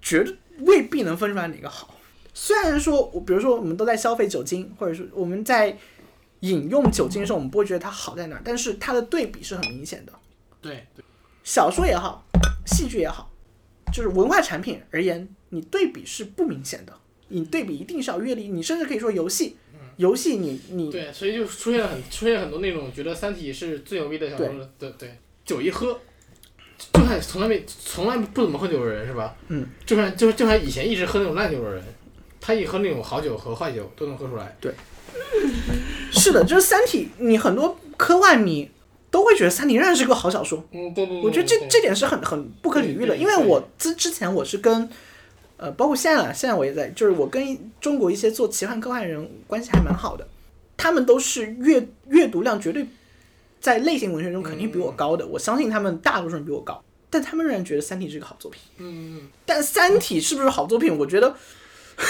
D: 绝对未必能分出来哪个好。虽然说，我比如说我们都在消费酒精，或者说我们在饮用酒精的时候，我们不会觉得它好在哪儿，但是它的对比是很明显的。
C: 对对，
D: 小说也好，戏剧也好，就是文化产品而言，你对比是不明显的。你对比一定是要阅历，你甚至可以说游戏，游戏你你
C: 对，所以就出现了很出现很多那种觉得《三体》是最牛逼的小说了。对对，酒一喝，就算从来没从来不怎么喝酒的人是吧？
D: 嗯，
C: 就算就就算以前一直喝那种烂酒的人，他一喝那种好酒和坏酒都能喝出来。
D: 是的，就是《三体》，你很多科幻迷都会觉得《三体》仍然是个好小说。
C: 嗯，对对
D: 我觉得这这点是很很不可理喻的，
C: 对对
D: 因为我之之前我是跟，呃，包括现在啊，现在我也在，就是我跟中国一些做奇幻科幻人关系还蛮好的，他们都是阅阅读量绝对在类型文学中肯定比
C: 嗯
D: 我高的，我相信他们大多数人比我高，但他们仍然觉得《三体》是个好作品。嗯，但《三体》是不是好作品？我觉得，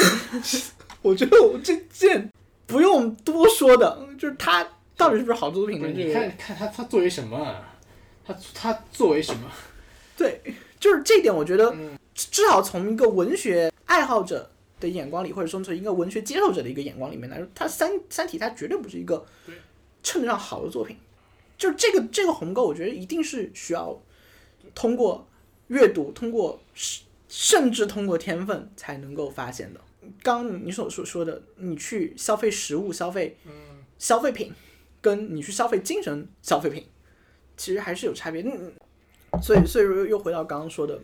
D: 我觉得我这这点不用多说的，就是它到底是不是好作品
C: 不
D: 呢？
C: 是
D: 这
C: 你
D: 个
C: 看看他他作为什么啊？他他作为什么？
D: 对，就是这一点，我觉得至至少从一个文学爱好者的眼光里，或者说从一个文学接受者的一个眼光里面来说，它三《三体》它绝对不是一个称得上好的作品。就是这个这个鸿沟，我觉得一定是需要通过阅读，通过甚甚至通过天分才能够发现的。刚刚你所说说的，你去消费食物、消费消费品，跟你去消费精神消费品，其实还是有差别。嗯，所以，所以又又回到刚刚说的，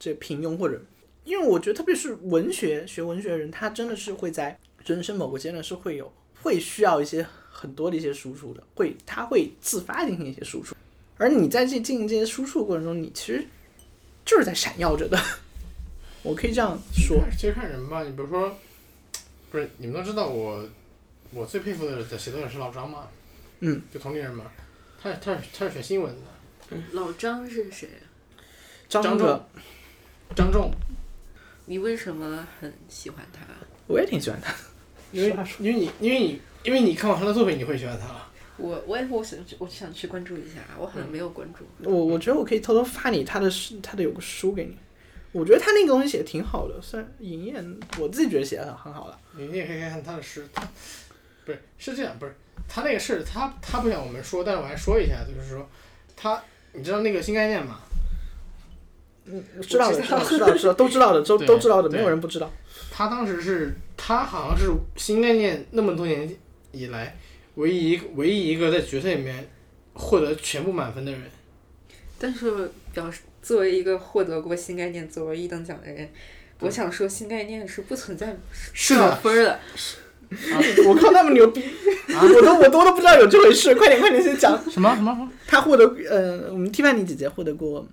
D: 这平庸或者，因为我觉得特别是文学学文学的人，他真的是会在人生某个阶段是会有会需要一些很多的一些输出的，会他会自发进行一些输出，而你在这进行这些输出的过程中，你其实就是在闪耀着的， 我可以这样说，
C: 其实看人吧，你比如说，不是你们都知道我，我最佩服的写作者是老张嘛，
D: 嗯，
C: 就同龄人嘛，他他是他是学新闻的，
B: 老张是谁？啊
D: 张
C: 张
D: 哲，
C: 张仲，
B: 你为什么很喜欢他？
D: 我也挺喜欢他，
C: 因为
D: 实话
C: 因为你因为你因为你看过他的作品，你会喜欢他了。
B: 我我也我想去我想去关注一下，啊我好像没有关注。
D: 我我觉得我可以偷偷发你他的书他的有个书给你。我觉得他那个东西写的挺好的，虽然银燕我自己觉得写的很好了。
C: 你你也可以看看他的诗，他不是是这样，不是他那个事，他他不想我们说，但是我还说一下，就是说他，你知道那个新概念吗？
D: 嗯知道的，知道，知道，知道，都知道的，都
C: 对
D: 都知道的，
C: 对
D: 没有人不知道。
C: 他当时是他好像是新概念那么多年以来唯一一个唯一一个在决赛里面获得全部满分的人。
B: 但是表示作为一个获得过新概念作文一等奖的人，我想说新概念 是不存在
C: 是
B: 少
C: 的，
B: 分儿的。
D: 我靠，那么牛逼！我都我都都不知道有这回事，快点快点先讲。
C: 什么什么什么？
D: 他获得，呃，我们蒂凡尼姐姐获得过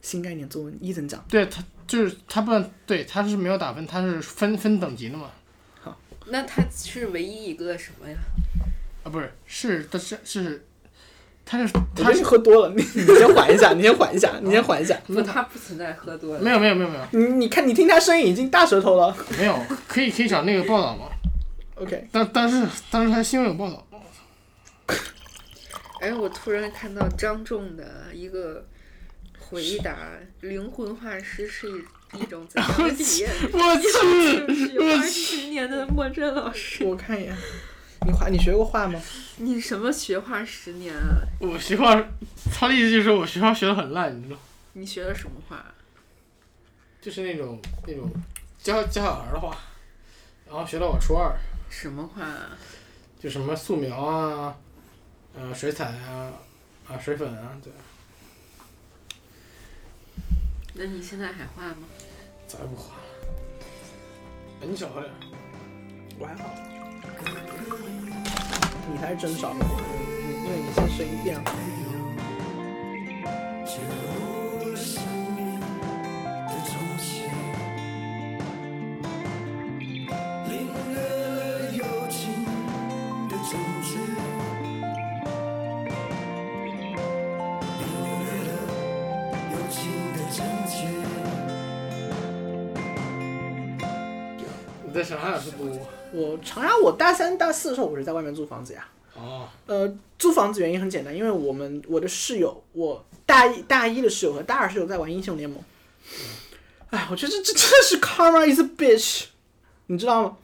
D: 新概念作文一等奖。
C: 对他就是他不对他是没有打分，他是分分等级的嘛？
B: 那他是唯一一个什么呀？
C: 啊，不是是他是是他是
D: 我觉
C: 他
D: 得你啊
C: 是
D: 喝多了，你你先缓 一下，你先缓一下，你先缓一下。
B: 不，他不存在喝多了。
C: 没有没有没有没有
D: 你你看，你听他声音已经大舌头了。
C: 没有，可以可以找那个报道吗？
D: OK，
C: 但但是但是他新闻有报道，
B: 哎，我突然看到张仲的一个回答：“灵魂画师是一一种怎样的体 验？”
C: 我去，
B: 就是二十年的莫真老师，
D: 我看一眼。你画，你学过画吗？
B: 你什么学画十年啊？
C: 我学画，他的意思就是我学画学的很烂，你知道吗。
B: 你学的什么画？
C: 就是那种那种教教小孩儿的话，然后学到我初二，
B: 什么画啊？
C: 就什么素描啊，呃，水彩啊，啊，水粉啊，对，
B: 那你现在还画吗？
C: 咋也不画了。哎你小点儿，
D: 我还好。你才是真少，因为你现在声音变了。
E: 记录了生命的中心，领略了友情的真挚，领略了友情的真切。
C: 你在上海哪儿读过？
D: 我长沙，我大三、大四的时候，我是在外面租房子呀。
C: 哦，
D: 呃，租房子原因很简单，因为我们我的室友，我大一大一的室友和大二室友在玩英雄联盟。哎，我觉得这这真的是 karma is a bitch，你知道吗？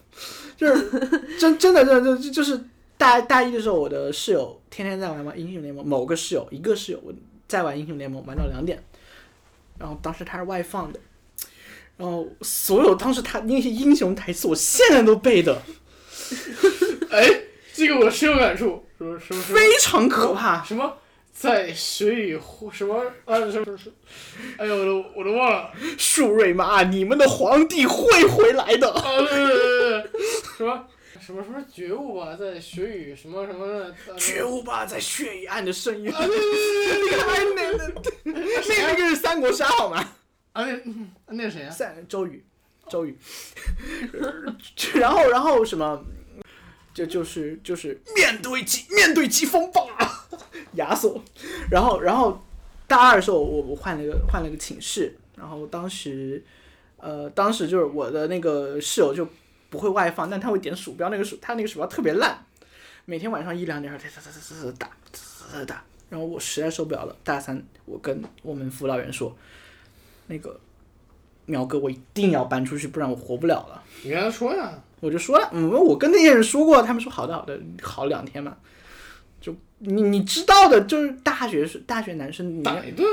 D: 就是 真真的真的就就是大大一的时候，我的室友天天在玩玩英雄联盟，某个室友一个室友我在玩英雄联盟玩到两点，然后当时他是外放的，然后所有当时他那些英雄台词我现在都背的，
C: 哎，这个我深有感触，什么什么什么
D: 非常可怕。
C: 什么在水里呼什么啊什么什么，哎呦我都我都忘了，
D: 树瑞妈，你们的皇帝会回来 的。
C: 啊对对对对对，什么什么什么觉悟吧，在水里什么什么的，啊
D: 觉悟吧，在血与暗的深 渊。
C: 啊对对对对对，
D: 哎，那那那那个是三国杀好吗？
C: 啊那嗯那谁啊？
D: 三周瑜，周瑜。 然后然后什么？就就是就是面对疾面对疾风吧，亚索。然后然后大二的时候，我我换了一个换了一个寝室，然后当时呃当时就是我的那个室友就不会外放，但他会点鼠标，那个鼠他那个鼠标特别烂，每天晚上一两点哒哒哒哒哒哒打哒哒打。然后我实在受不了了，大三我跟我们辅导员说，那个苗哥，我一定要搬出去，不然我活不了了。
C: 你跟他说呀，
D: 我就说了，嗯，我跟那些人说过，他们说好的好的，好两天嘛。就你你知道的，就是大学是大学男生，你
C: 打一顿，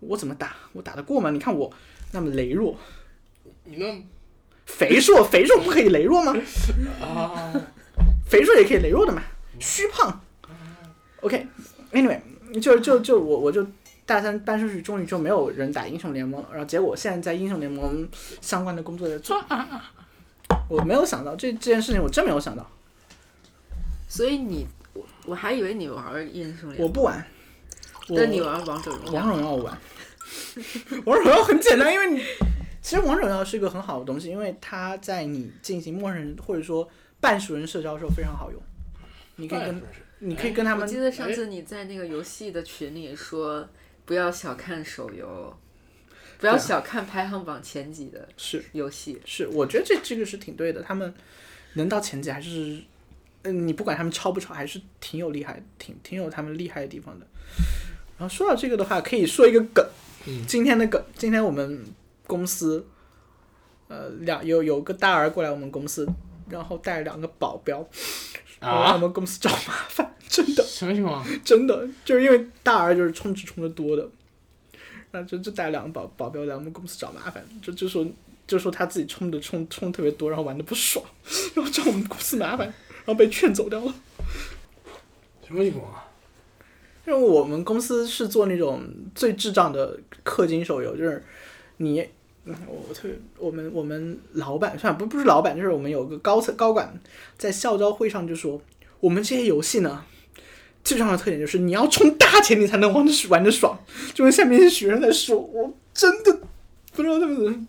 D: 我怎么打？我打得过吗？你看我那么羸弱，
C: 你那
D: 肥硕肥硕不可以羸弱吗？
C: 啊
D: 肥硕也可以羸弱的嘛，
B: 嗯
D: 虚胖。OK，anyway，、就就就我我就大三搬出去，终于就没有人打英雄联盟了。然后结果我现在在英雄联盟相关的工作在做，
B: 啊
D: 我没有想到这这件事情，我真没有想到。
B: 所以你我我还以为你玩英雄联
D: 我
B: 盟，
D: 不玩，我
B: 但你玩王者荣
D: 王
B: 耀，
D: 者荣耀我玩， 王者荣耀很简单，因为你其实王者荣耀是一个很好的东西，因为它在你进行陌生人或者说半熟人社交的时候非常好用。你可以跟你可以跟他
B: 我
D: 们
B: 记得上次你在那个游戏的群里说，不要小看手游，不要
D: 对啊
B: 小看排行榜前几的
D: 是
B: 游戏，
D: 是，我觉得这这个是挺对的，他们能到前几还是嗯，你不管他们超不超，还是挺有厉害，挺挺有他们厉害的地方的。然后说到这个的话，可以说一个梗，
C: 嗯
D: 今天的梗，今天我们公司，呃，两有有个大儿过来我们公司，然后带了两个保镖，来我
C: 啊，
D: 们公司找麻烦，真的
C: 什么情况？
D: 真的，就是因为大儿就是充值充的多的，然后就就带两个保保镖来我们公司找麻烦，就就说就说他自己充的充充特别多，然后玩的不爽， 然后找我们公司麻烦，然后被劝走掉了。
C: 什么情况啊？
D: 因为我们公司是做那种最智障的氪金手游，就是你，嗯我特别，我们我们老板，算了不不是老板，就是我们有个高层高管在校招会上就说，我们这些游戏呢，最重要的特点就是你要充大钱你才能玩的玩的爽，就跟下面一些学生在说，我真的不知道他们怎么，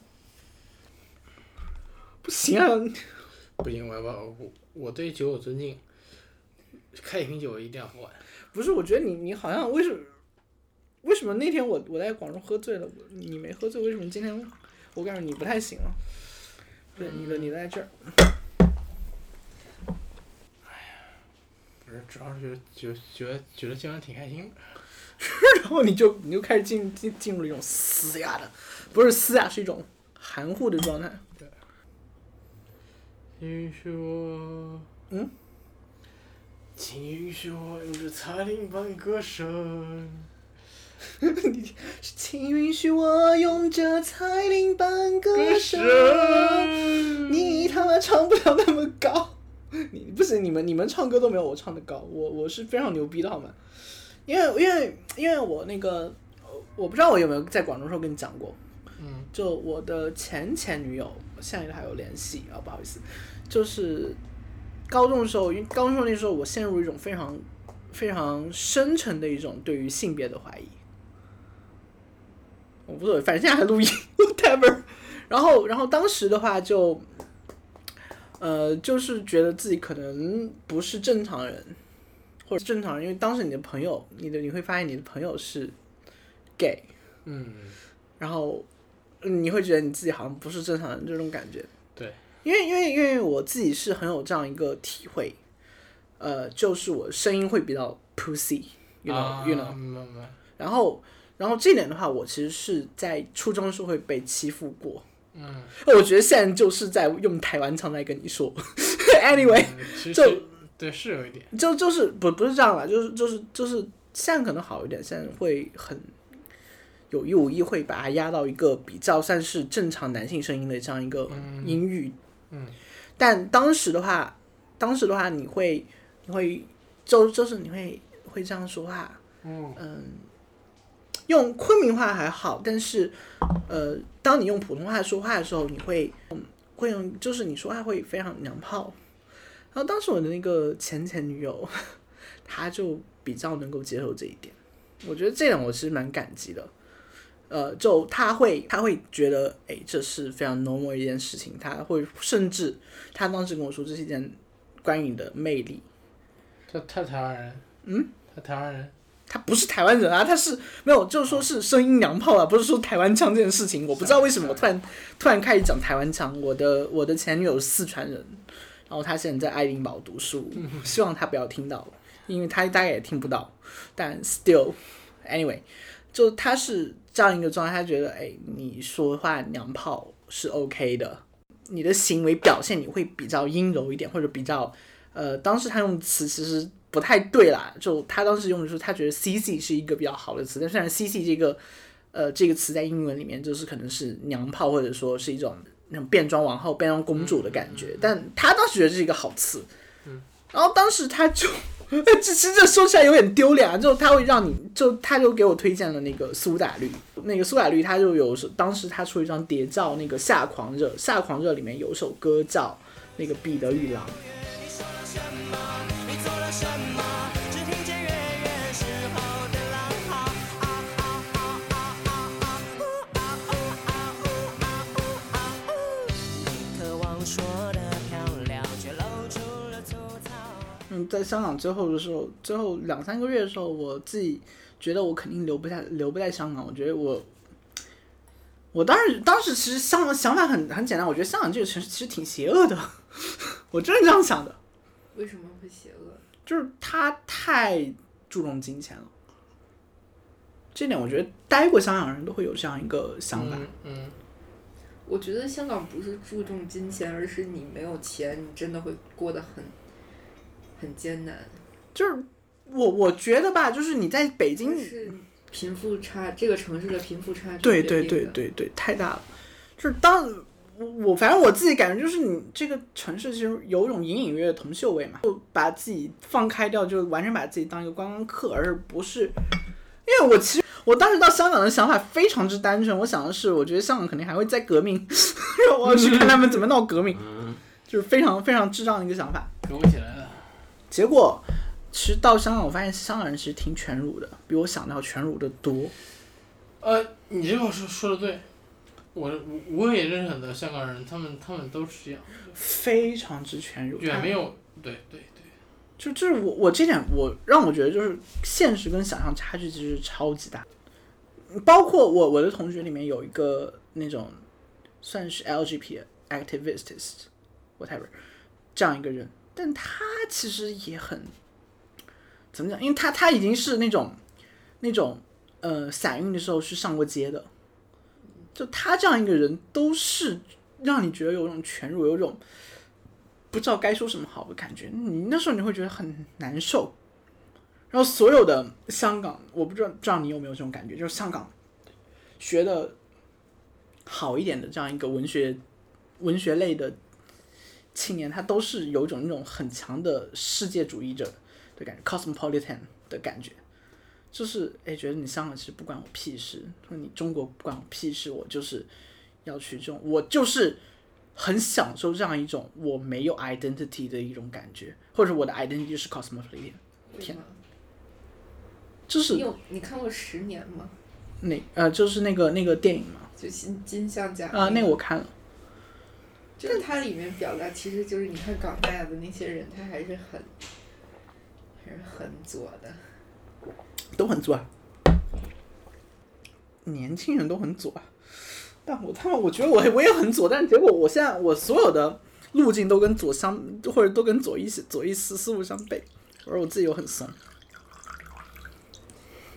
D: 不行啊，
C: 不行，我要把我我对酒有尊敬，开一瓶酒一定要喝完。
D: 不是，我觉得你你好像为什么为什么那天我我在广州喝醉了，我你没喝醉，为什么今天我告诉你不太行了？对，你的你在这儿，
C: 不是，主要是觉得觉得觉得今晚挺开心的。
D: 然后你就你就开始进进进入了一种嘶哑的，不是嘶哑，是一种含糊的状态。
C: 请允许我，
D: 嗯，
C: 请允许我用这擦亮半个身。
D: 请允许我用这彩铃半个声，
C: 嗯
D: 你他妈唱不了那么高， 你不行，你们你们唱歌都没有我唱的高，我我是非常牛逼的好吗？因为因为因为我那个，我不知道我有没有在广州时候跟你讲过，
C: 嗯，
D: 就我的前前女友，现在还有联系啊，不好意思，就是高中的时候，因为高中的时候那时候我陷入一种非常非常深沉的一种对于性别的怀疑。我无所谓，反正现在还录音 ，whatever。然后，然后当时的话就，呃，就是觉得自己可能不是正常人，或者正常人，因为当时你的朋友，你的你会发现你的朋友是 gay，
C: 嗯，
D: 然后嗯你会觉得你自己好像不是正常人这种感觉。
C: 对，
D: 因为因为因为我自己是很有这样一个体会，呃，就是我声音会比较 pussy，you know you know，、
C: 啊明白明白
D: 然后然后这点的话，我其实是在初中是会被欺负过。
C: 嗯，
D: 我觉得现在就是在用台湾腔在跟你说。anyway，
C: 嗯其
D: 就
C: 实对是有一点，
D: 就就是不不是这样啦，就是就是就是现在可能好一点，现在会很有意无意会把它压到一个比较算是正常男性声音的这样一个音域。
C: 嗯
D: 但当时的话，当时的话你会你会就就是你会会这样说话，
C: 嗯
D: 嗯，用昆明话还好，但是，呃，当你用普通话说话的时候，你会，嗯，会用，就是你说话会非常娘炮。然后当时我的那个前前女友，她就比较能够接受这一点，我觉得这点我是蛮感激的。呃，就她会，她会觉得，哎，这是非常 normal 的一件事情，她会甚至，她当时跟我说这是一件关于你的魅力，
C: 他他台湾人，
D: 嗯，
C: 他台湾人，
D: 他不是台湾人啊，他是没有，就是说是声音娘炮啊，不是说台湾腔这件事情。我不知道为什么我突然突然开始讲台湾腔。我的我的前女友是四川人，然后她现在在爱丁堡读书，希望她不要听到，因为她大概也听不到。但 still anyway，就她是这样一个状态，她觉得哎，你说话娘炮是 OK 的，你的行为表现你会比较阴柔一点，或者比较呃，当时他用词其实不太对啦，就他当时用的是他觉得 “cc” 是一个比较好的词，但虽然 “cc” 这个呃这个词在英文里面就是可能是娘炮，或者说是一种那种变装王后、变装公主的感觉，但他当时觉得这是一个好词，然后当时他就。 这其实这说起来有点丢脸啊！就他会让你，就他就给我推荐了那个苏打绿，那个苏打绿他就有首，当时他出一张谍照，那个《夏狂热》，《夏狂热》里面有首歌叫那个《彼得与狼》，
F: 你说了什么？你做了什么？只听见月圆时候的浪号，啊啊啊啊啊啊，呜啊呜啊呜啊呜啊呜。你渴望说的漂亮，却露出了粗糙。
D: 嗯，在香港最后的时候，最后两三个月的时候，我自己觉得我肯定留不下，留不在香港。我觉得我，我当时当时其实想想法很很简单，我觉得香港这个城市其实挺邪恶的， 我真是这样想的，
B: 为什么会邪恶？
D: 就是它太注重金钱了。这点我觉得待过香港的人都会有这样一个想法。
C: 嗯嗯，
B: 我觉得香港不是注重金钱，而是你没有钱，你真的会过得很很艰难。
D: 就是我我觉得吧，就是你在北京
B: 就，是贫富差，这个城市的贫富差距
D: 对
B: 决
D: 对
B: 定
D: 对
B: 的，
D: 对对，太大了。就是当我我反正我自己感觉就是你这个城市其实有一种隐隐约约的铜臭味嘛，就把自己放开掉，就完全把自己当一个观光客，而不是因为我其实我当时到香港的想法非常之单纯，我想的是我觉得香港肯定还会再革命， 然后我要去看他们怎么闹革命， 就是非常非常智障的一个想法。
C: 勾起来了。
D: 结果其实到香港，我发现香港人其实挺犬儒的，比我想的要犬儒的多。
C: 呃，你这个说说的对，我我我也认识很多香港人，他们他们都是这样，
D: 非常之犬儒，
C: 远
D: 他
C: 没有，对对对，
D: 就就是我我这点我让我觉得就是现实跟想象差距其实超级大，包括我我的同学里面有一个那种算是 LGBT activist whatever 这样一个人，但他其实也很怎么讲？因为他他已经是那种那种呃散运的时候是上过街的，就他这样一个人都是让你觉得有种全入，有种不知道该说什么好的感觉，你那时候你会觉得很难受。然后所有的香港，我不知道不知道你有没有这种感觉，就是香港学的好一点的这样一个文学文学类的青年，他都是有一种那种很强的世界主义者的感觉，cosmopolitan 的感觉，就是哎觉得你香港其实不关我屁事，或者你中国不关我屁事，我就是要去这种，我就是很享受这样一种我没有 identity 的一种感觉，或者我的 identity 是 cosmopolitan，
B: 对
D: 天
B: 吗
D: 就
B: 你
D: 是
B: 有你看过《十年》吗？
D: 那呃就是那个那个电影嘛，
B: 就金金像奖
D: 啊、那个我看了，
B: 就是它里面表达，其实就是你看港大的那些人，他还是很还是很左的。
D: 都很左啊，年轻人都很左啊，但我他妈我觉得我我也很左，但是结果我现在我所有的路径都跟左相，或者都跟左一些左一思思路相悖，而我自己又很怂，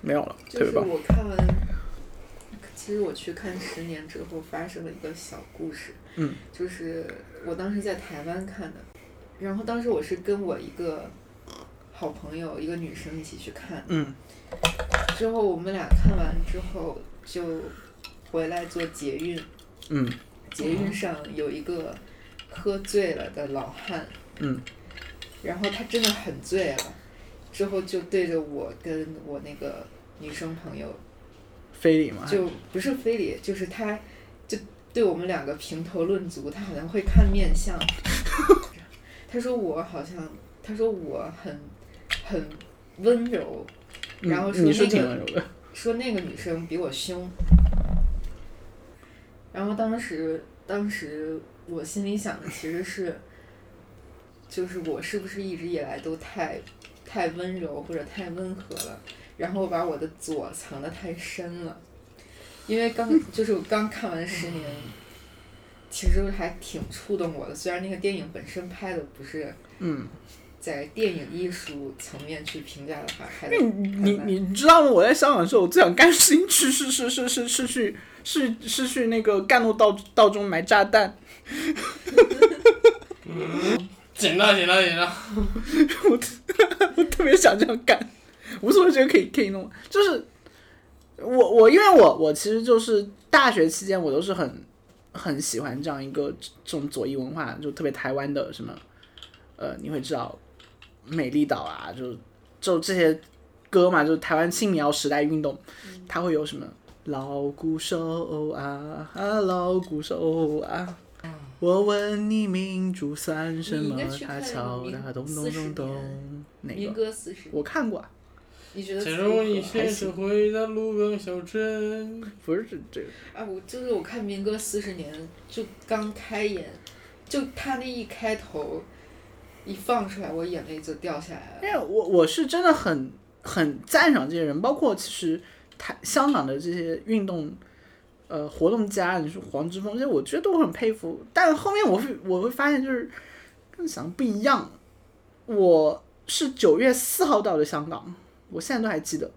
D: 没有了，特
B: 就
D: 别
B: 是
D: 棒。
B: 我看完，其实我去看《十年》之后，发生了一个小故事。
D: 嗯，
B: 就是我当时在台湾看的，然后当时我是跟我一个好朋友，一个女生一起去看。
D: 嗯，
B: 之后我们俩看完之后就回来坐捷运，
D: 嗯
B: 捷运上有一个喝醉了的老汉，
D: 嗯，
B: 然后他真的很醉了，啊之后就对着我跟我那个女生朋友，
D: 非礼吗？
B: 就不是非礼，就是他就对我们两个评头论足，他好像会看面相。 他说我好像，他说我很很温柔，
D: 嗯
B: 然后说
D: 你是
B: 那个
D: 挺温柔的，
B: 说那个女生比我凶。然后当时，当时我心里想的其实是，就是我是不是一直以来都太太温柔或者太温和了，然后把我的左藏得太深了。因为刚就是我刚看完《十年》，其实还挺触动我的。虽然那个电影本身拍的不是
D: 嗯，
B: 在电影艺术层面去评价的话，拍的
D: 因为你你你知道吗？我在香港的时候，我最想干的事情去是是是是是去是是去那个干诺道道中埋炸弹，
C: 紧了紧了紧了，
D: 我 特别想这样干，无所谓，这个可以可以弄。就是我我因为我我其实就是大学期间，我都是很很喜欢这样一个这种左翼文化，就特别台湾的什么，呃，你会知道美丽岛啊，就就这些歌嘛，就是台湾青苗时代运动，
B: 嗯
D: 它会有什么老鼓手啊啊老鼓手啊。我问你民主算什么
B: 嗯你应该去？
D: 大
B: 看
D: 桥
B: 民
D: 大咚咚咚
B: 40年
D: 咚，哪
B: 民
D: 个？
B: 歌四十，
D: 我看过啊，
B: 你觉得
C: 假
B: 怎
C: 如
B: 么
C: 你现实回到鹿港小镇，
D: 不是这这个，
B: 啊，我就是我看民歌四十年就刚开演，就他那一开头，一放出来，我眼泪就掉下来
D: 因
B: 了。
D: 为我我是真的很很赞赏这些人，包括其实台香港的这些运动，呃，活动家，你说黄之锋，这些我觉得都很佩服。但后面我会我会发现就是跟想的不一样。我是九月四号到的香港，我现在都还记得，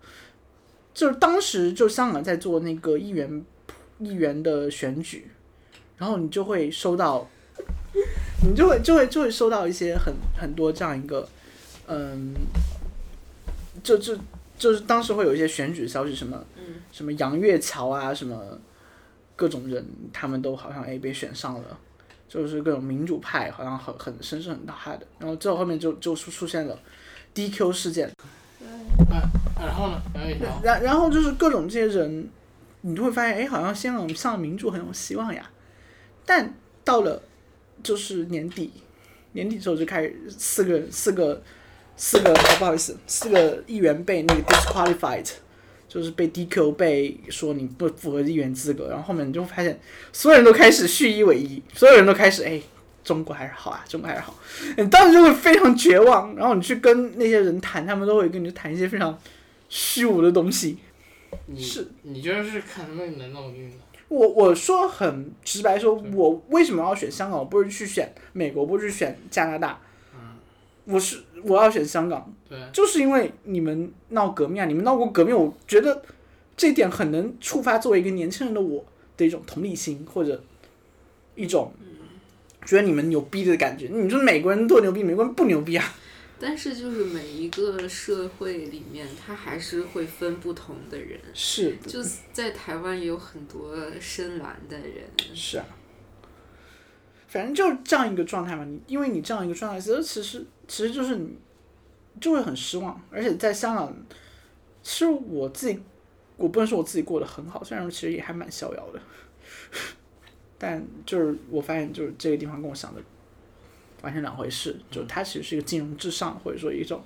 D: 就是当时就香港在做那个议员议员的选举，然后你就会收到，你就会就会就会收到一些很很多这样一个。嗯，就就就是当时会有一些选举消息，什么、什么杨岳桥啊，什么各种人，他们都好像哎被选上了，就是各种民主派好像很很声势很大的，然后最后后面就就出出现了 DQ 事件，
C: 然后呢？然后一条，
D: 然然后就是各种这些人，你就会发现，哎，好像香港上民主很有希望呀。但到了就是年底，年底之后就开始四个人四个四个、哦不好意思，四个议员被那个 disqualified，就是被 DQ 被说你不符合议员资格。然后后面你就发现，所有人都开始蓄意为一，所有人都开始哎。中国还是好啊，中国还是好。你当时就会非常绝望，然后你去跟那些人谈，他们都会跟你谈一些非常虚无的东西。
C: 你
D: 是
C: 你居然是看他们来闹剧的，
D: 我我说很直白说，我为什么要选香港？我不是去选美国，不是去选加拿大，我是我要选香港，
C: 对，啊
D: 就是因为你们闹革命啊，你们闹过革命，我觉得这点很能触发作为一个年轻人的我的一种同理心，或者一种觉得你们牛逼的感觉。你说美国人多牛逼，美国人不牛逼啊？
B: 但是就是每一个社会里面，他还是会分不同的人。
D: 是的
B: 就是在台湾也有很多深蓝的人，
D: 是啊，反正就是这样一个状态嘛。你因为你这样一个状态，其实其实其实就是你就会很失望，而且在香港，其实我自己我不能说我自己过得很好，虽然说其实也还蛮逍遥的， 但就是我发现就是这个地方跟我想的完全两回事，就它其实是一个金融至上，或者说一种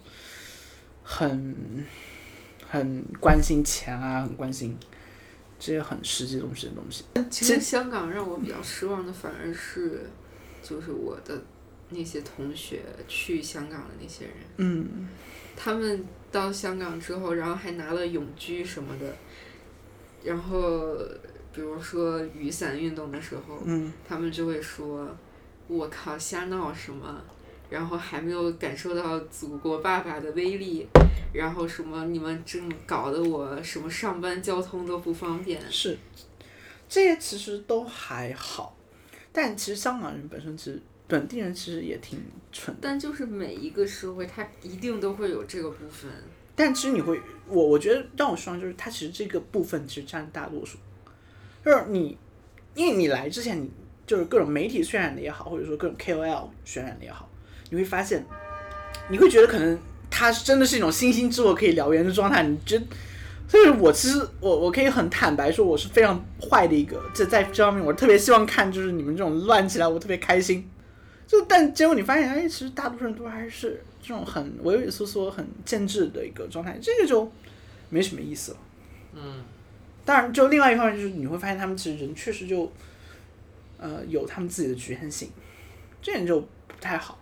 D: 很很关心钱啊，很关心。这些很实际东西的东西，
B: 其实香港让我比较失望的反而是，就是我的那些同学去香港的那些人，
D: 嗯，
B: 他们到香港之后，然后还拿了永居什么的，然后比如说雨伞运动的时候，
D: 嗯，
B: 他们就会说：“我靠，瞎闹什么？”然后还没有感受到祖国爸爸的威力，然后什么你们这么搞得我什么上班交通都不方便，
D: 是，这些其实都还好，但其实香港人本身其实本地人其实也挺蠢的，
B: 但就是每一个社会，它一定都会有这个部分。
D: 但其实你会，我我觉得让我失望就是，它其实这个部分其实占大多数，就是你，因为你来之前，你就是各种媒体渲染的也好，或者说各种 KOL 渲染的也好，你会发现，你会觉得可能他是真的是一种星星之火可以燎原的状态。你觉得，就是我其实我我可以很坦白说，我是非常坏的一个，这在这方面我特别希望看就是你们这种乱起来，我特别开心。就但结果你发现，哎，其实大多数人都还是这种很畏畏缩缩、很建制的一个状态，这个就没什么意思了。
C: 嗯，
D: 当然，就另外一方面就是你会发现他们其实人确实就，呃，有他们自己的局限性，这点就不太好。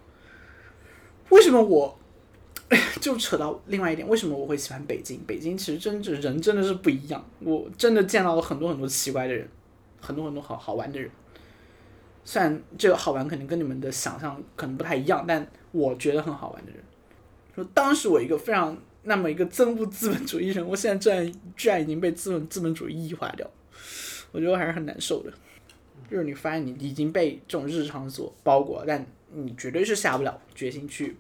D: 为什么我 就扯到另外一点？为什么我会喜欢北京？北京其实真是人真的是不一样，我真的见到了很多很多奇怪的人，很多很多好好玩的人。虽然这个好玩可能跟你们的想象可能不太一样，但我觉得很好玩的人。说当时我一个非常那么一个憎恶资本主义人，我现在居然居然已经被资本资本主义异化掉，我觉得还是很难受的。就是你发现你已经被这种日常所包裹，但你绝对是下不了决心去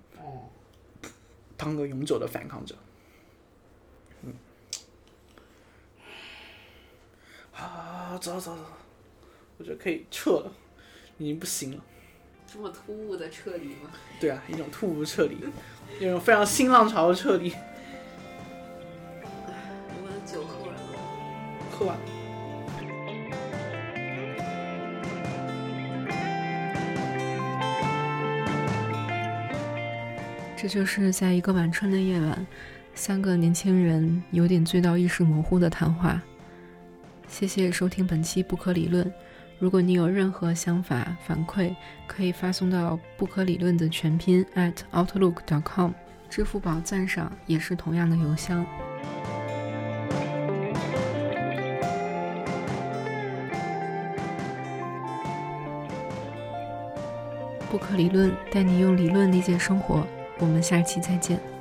D: 当个永久的反抗者。嗯，啊，走走走，我觉得可以撤了，已经不行了。
B: 这么突兀的撤离吗？
D: 对啊，一种突如彻底，一种非常新浪潮的彻底。
B: 我的酒喝完了。
D: 喝完。
A: 这就是在一个晚春的夜晚，三个年轻人有点醉到意识模糊的谈话。谢谢收听本期不可理论。如果你有任何想法反馈，可以发送到不可理论的全拼 at outlook.com，支付宝赞赏也是同样的邮箱。不可理论带你用理论理解生活，我们下期再见。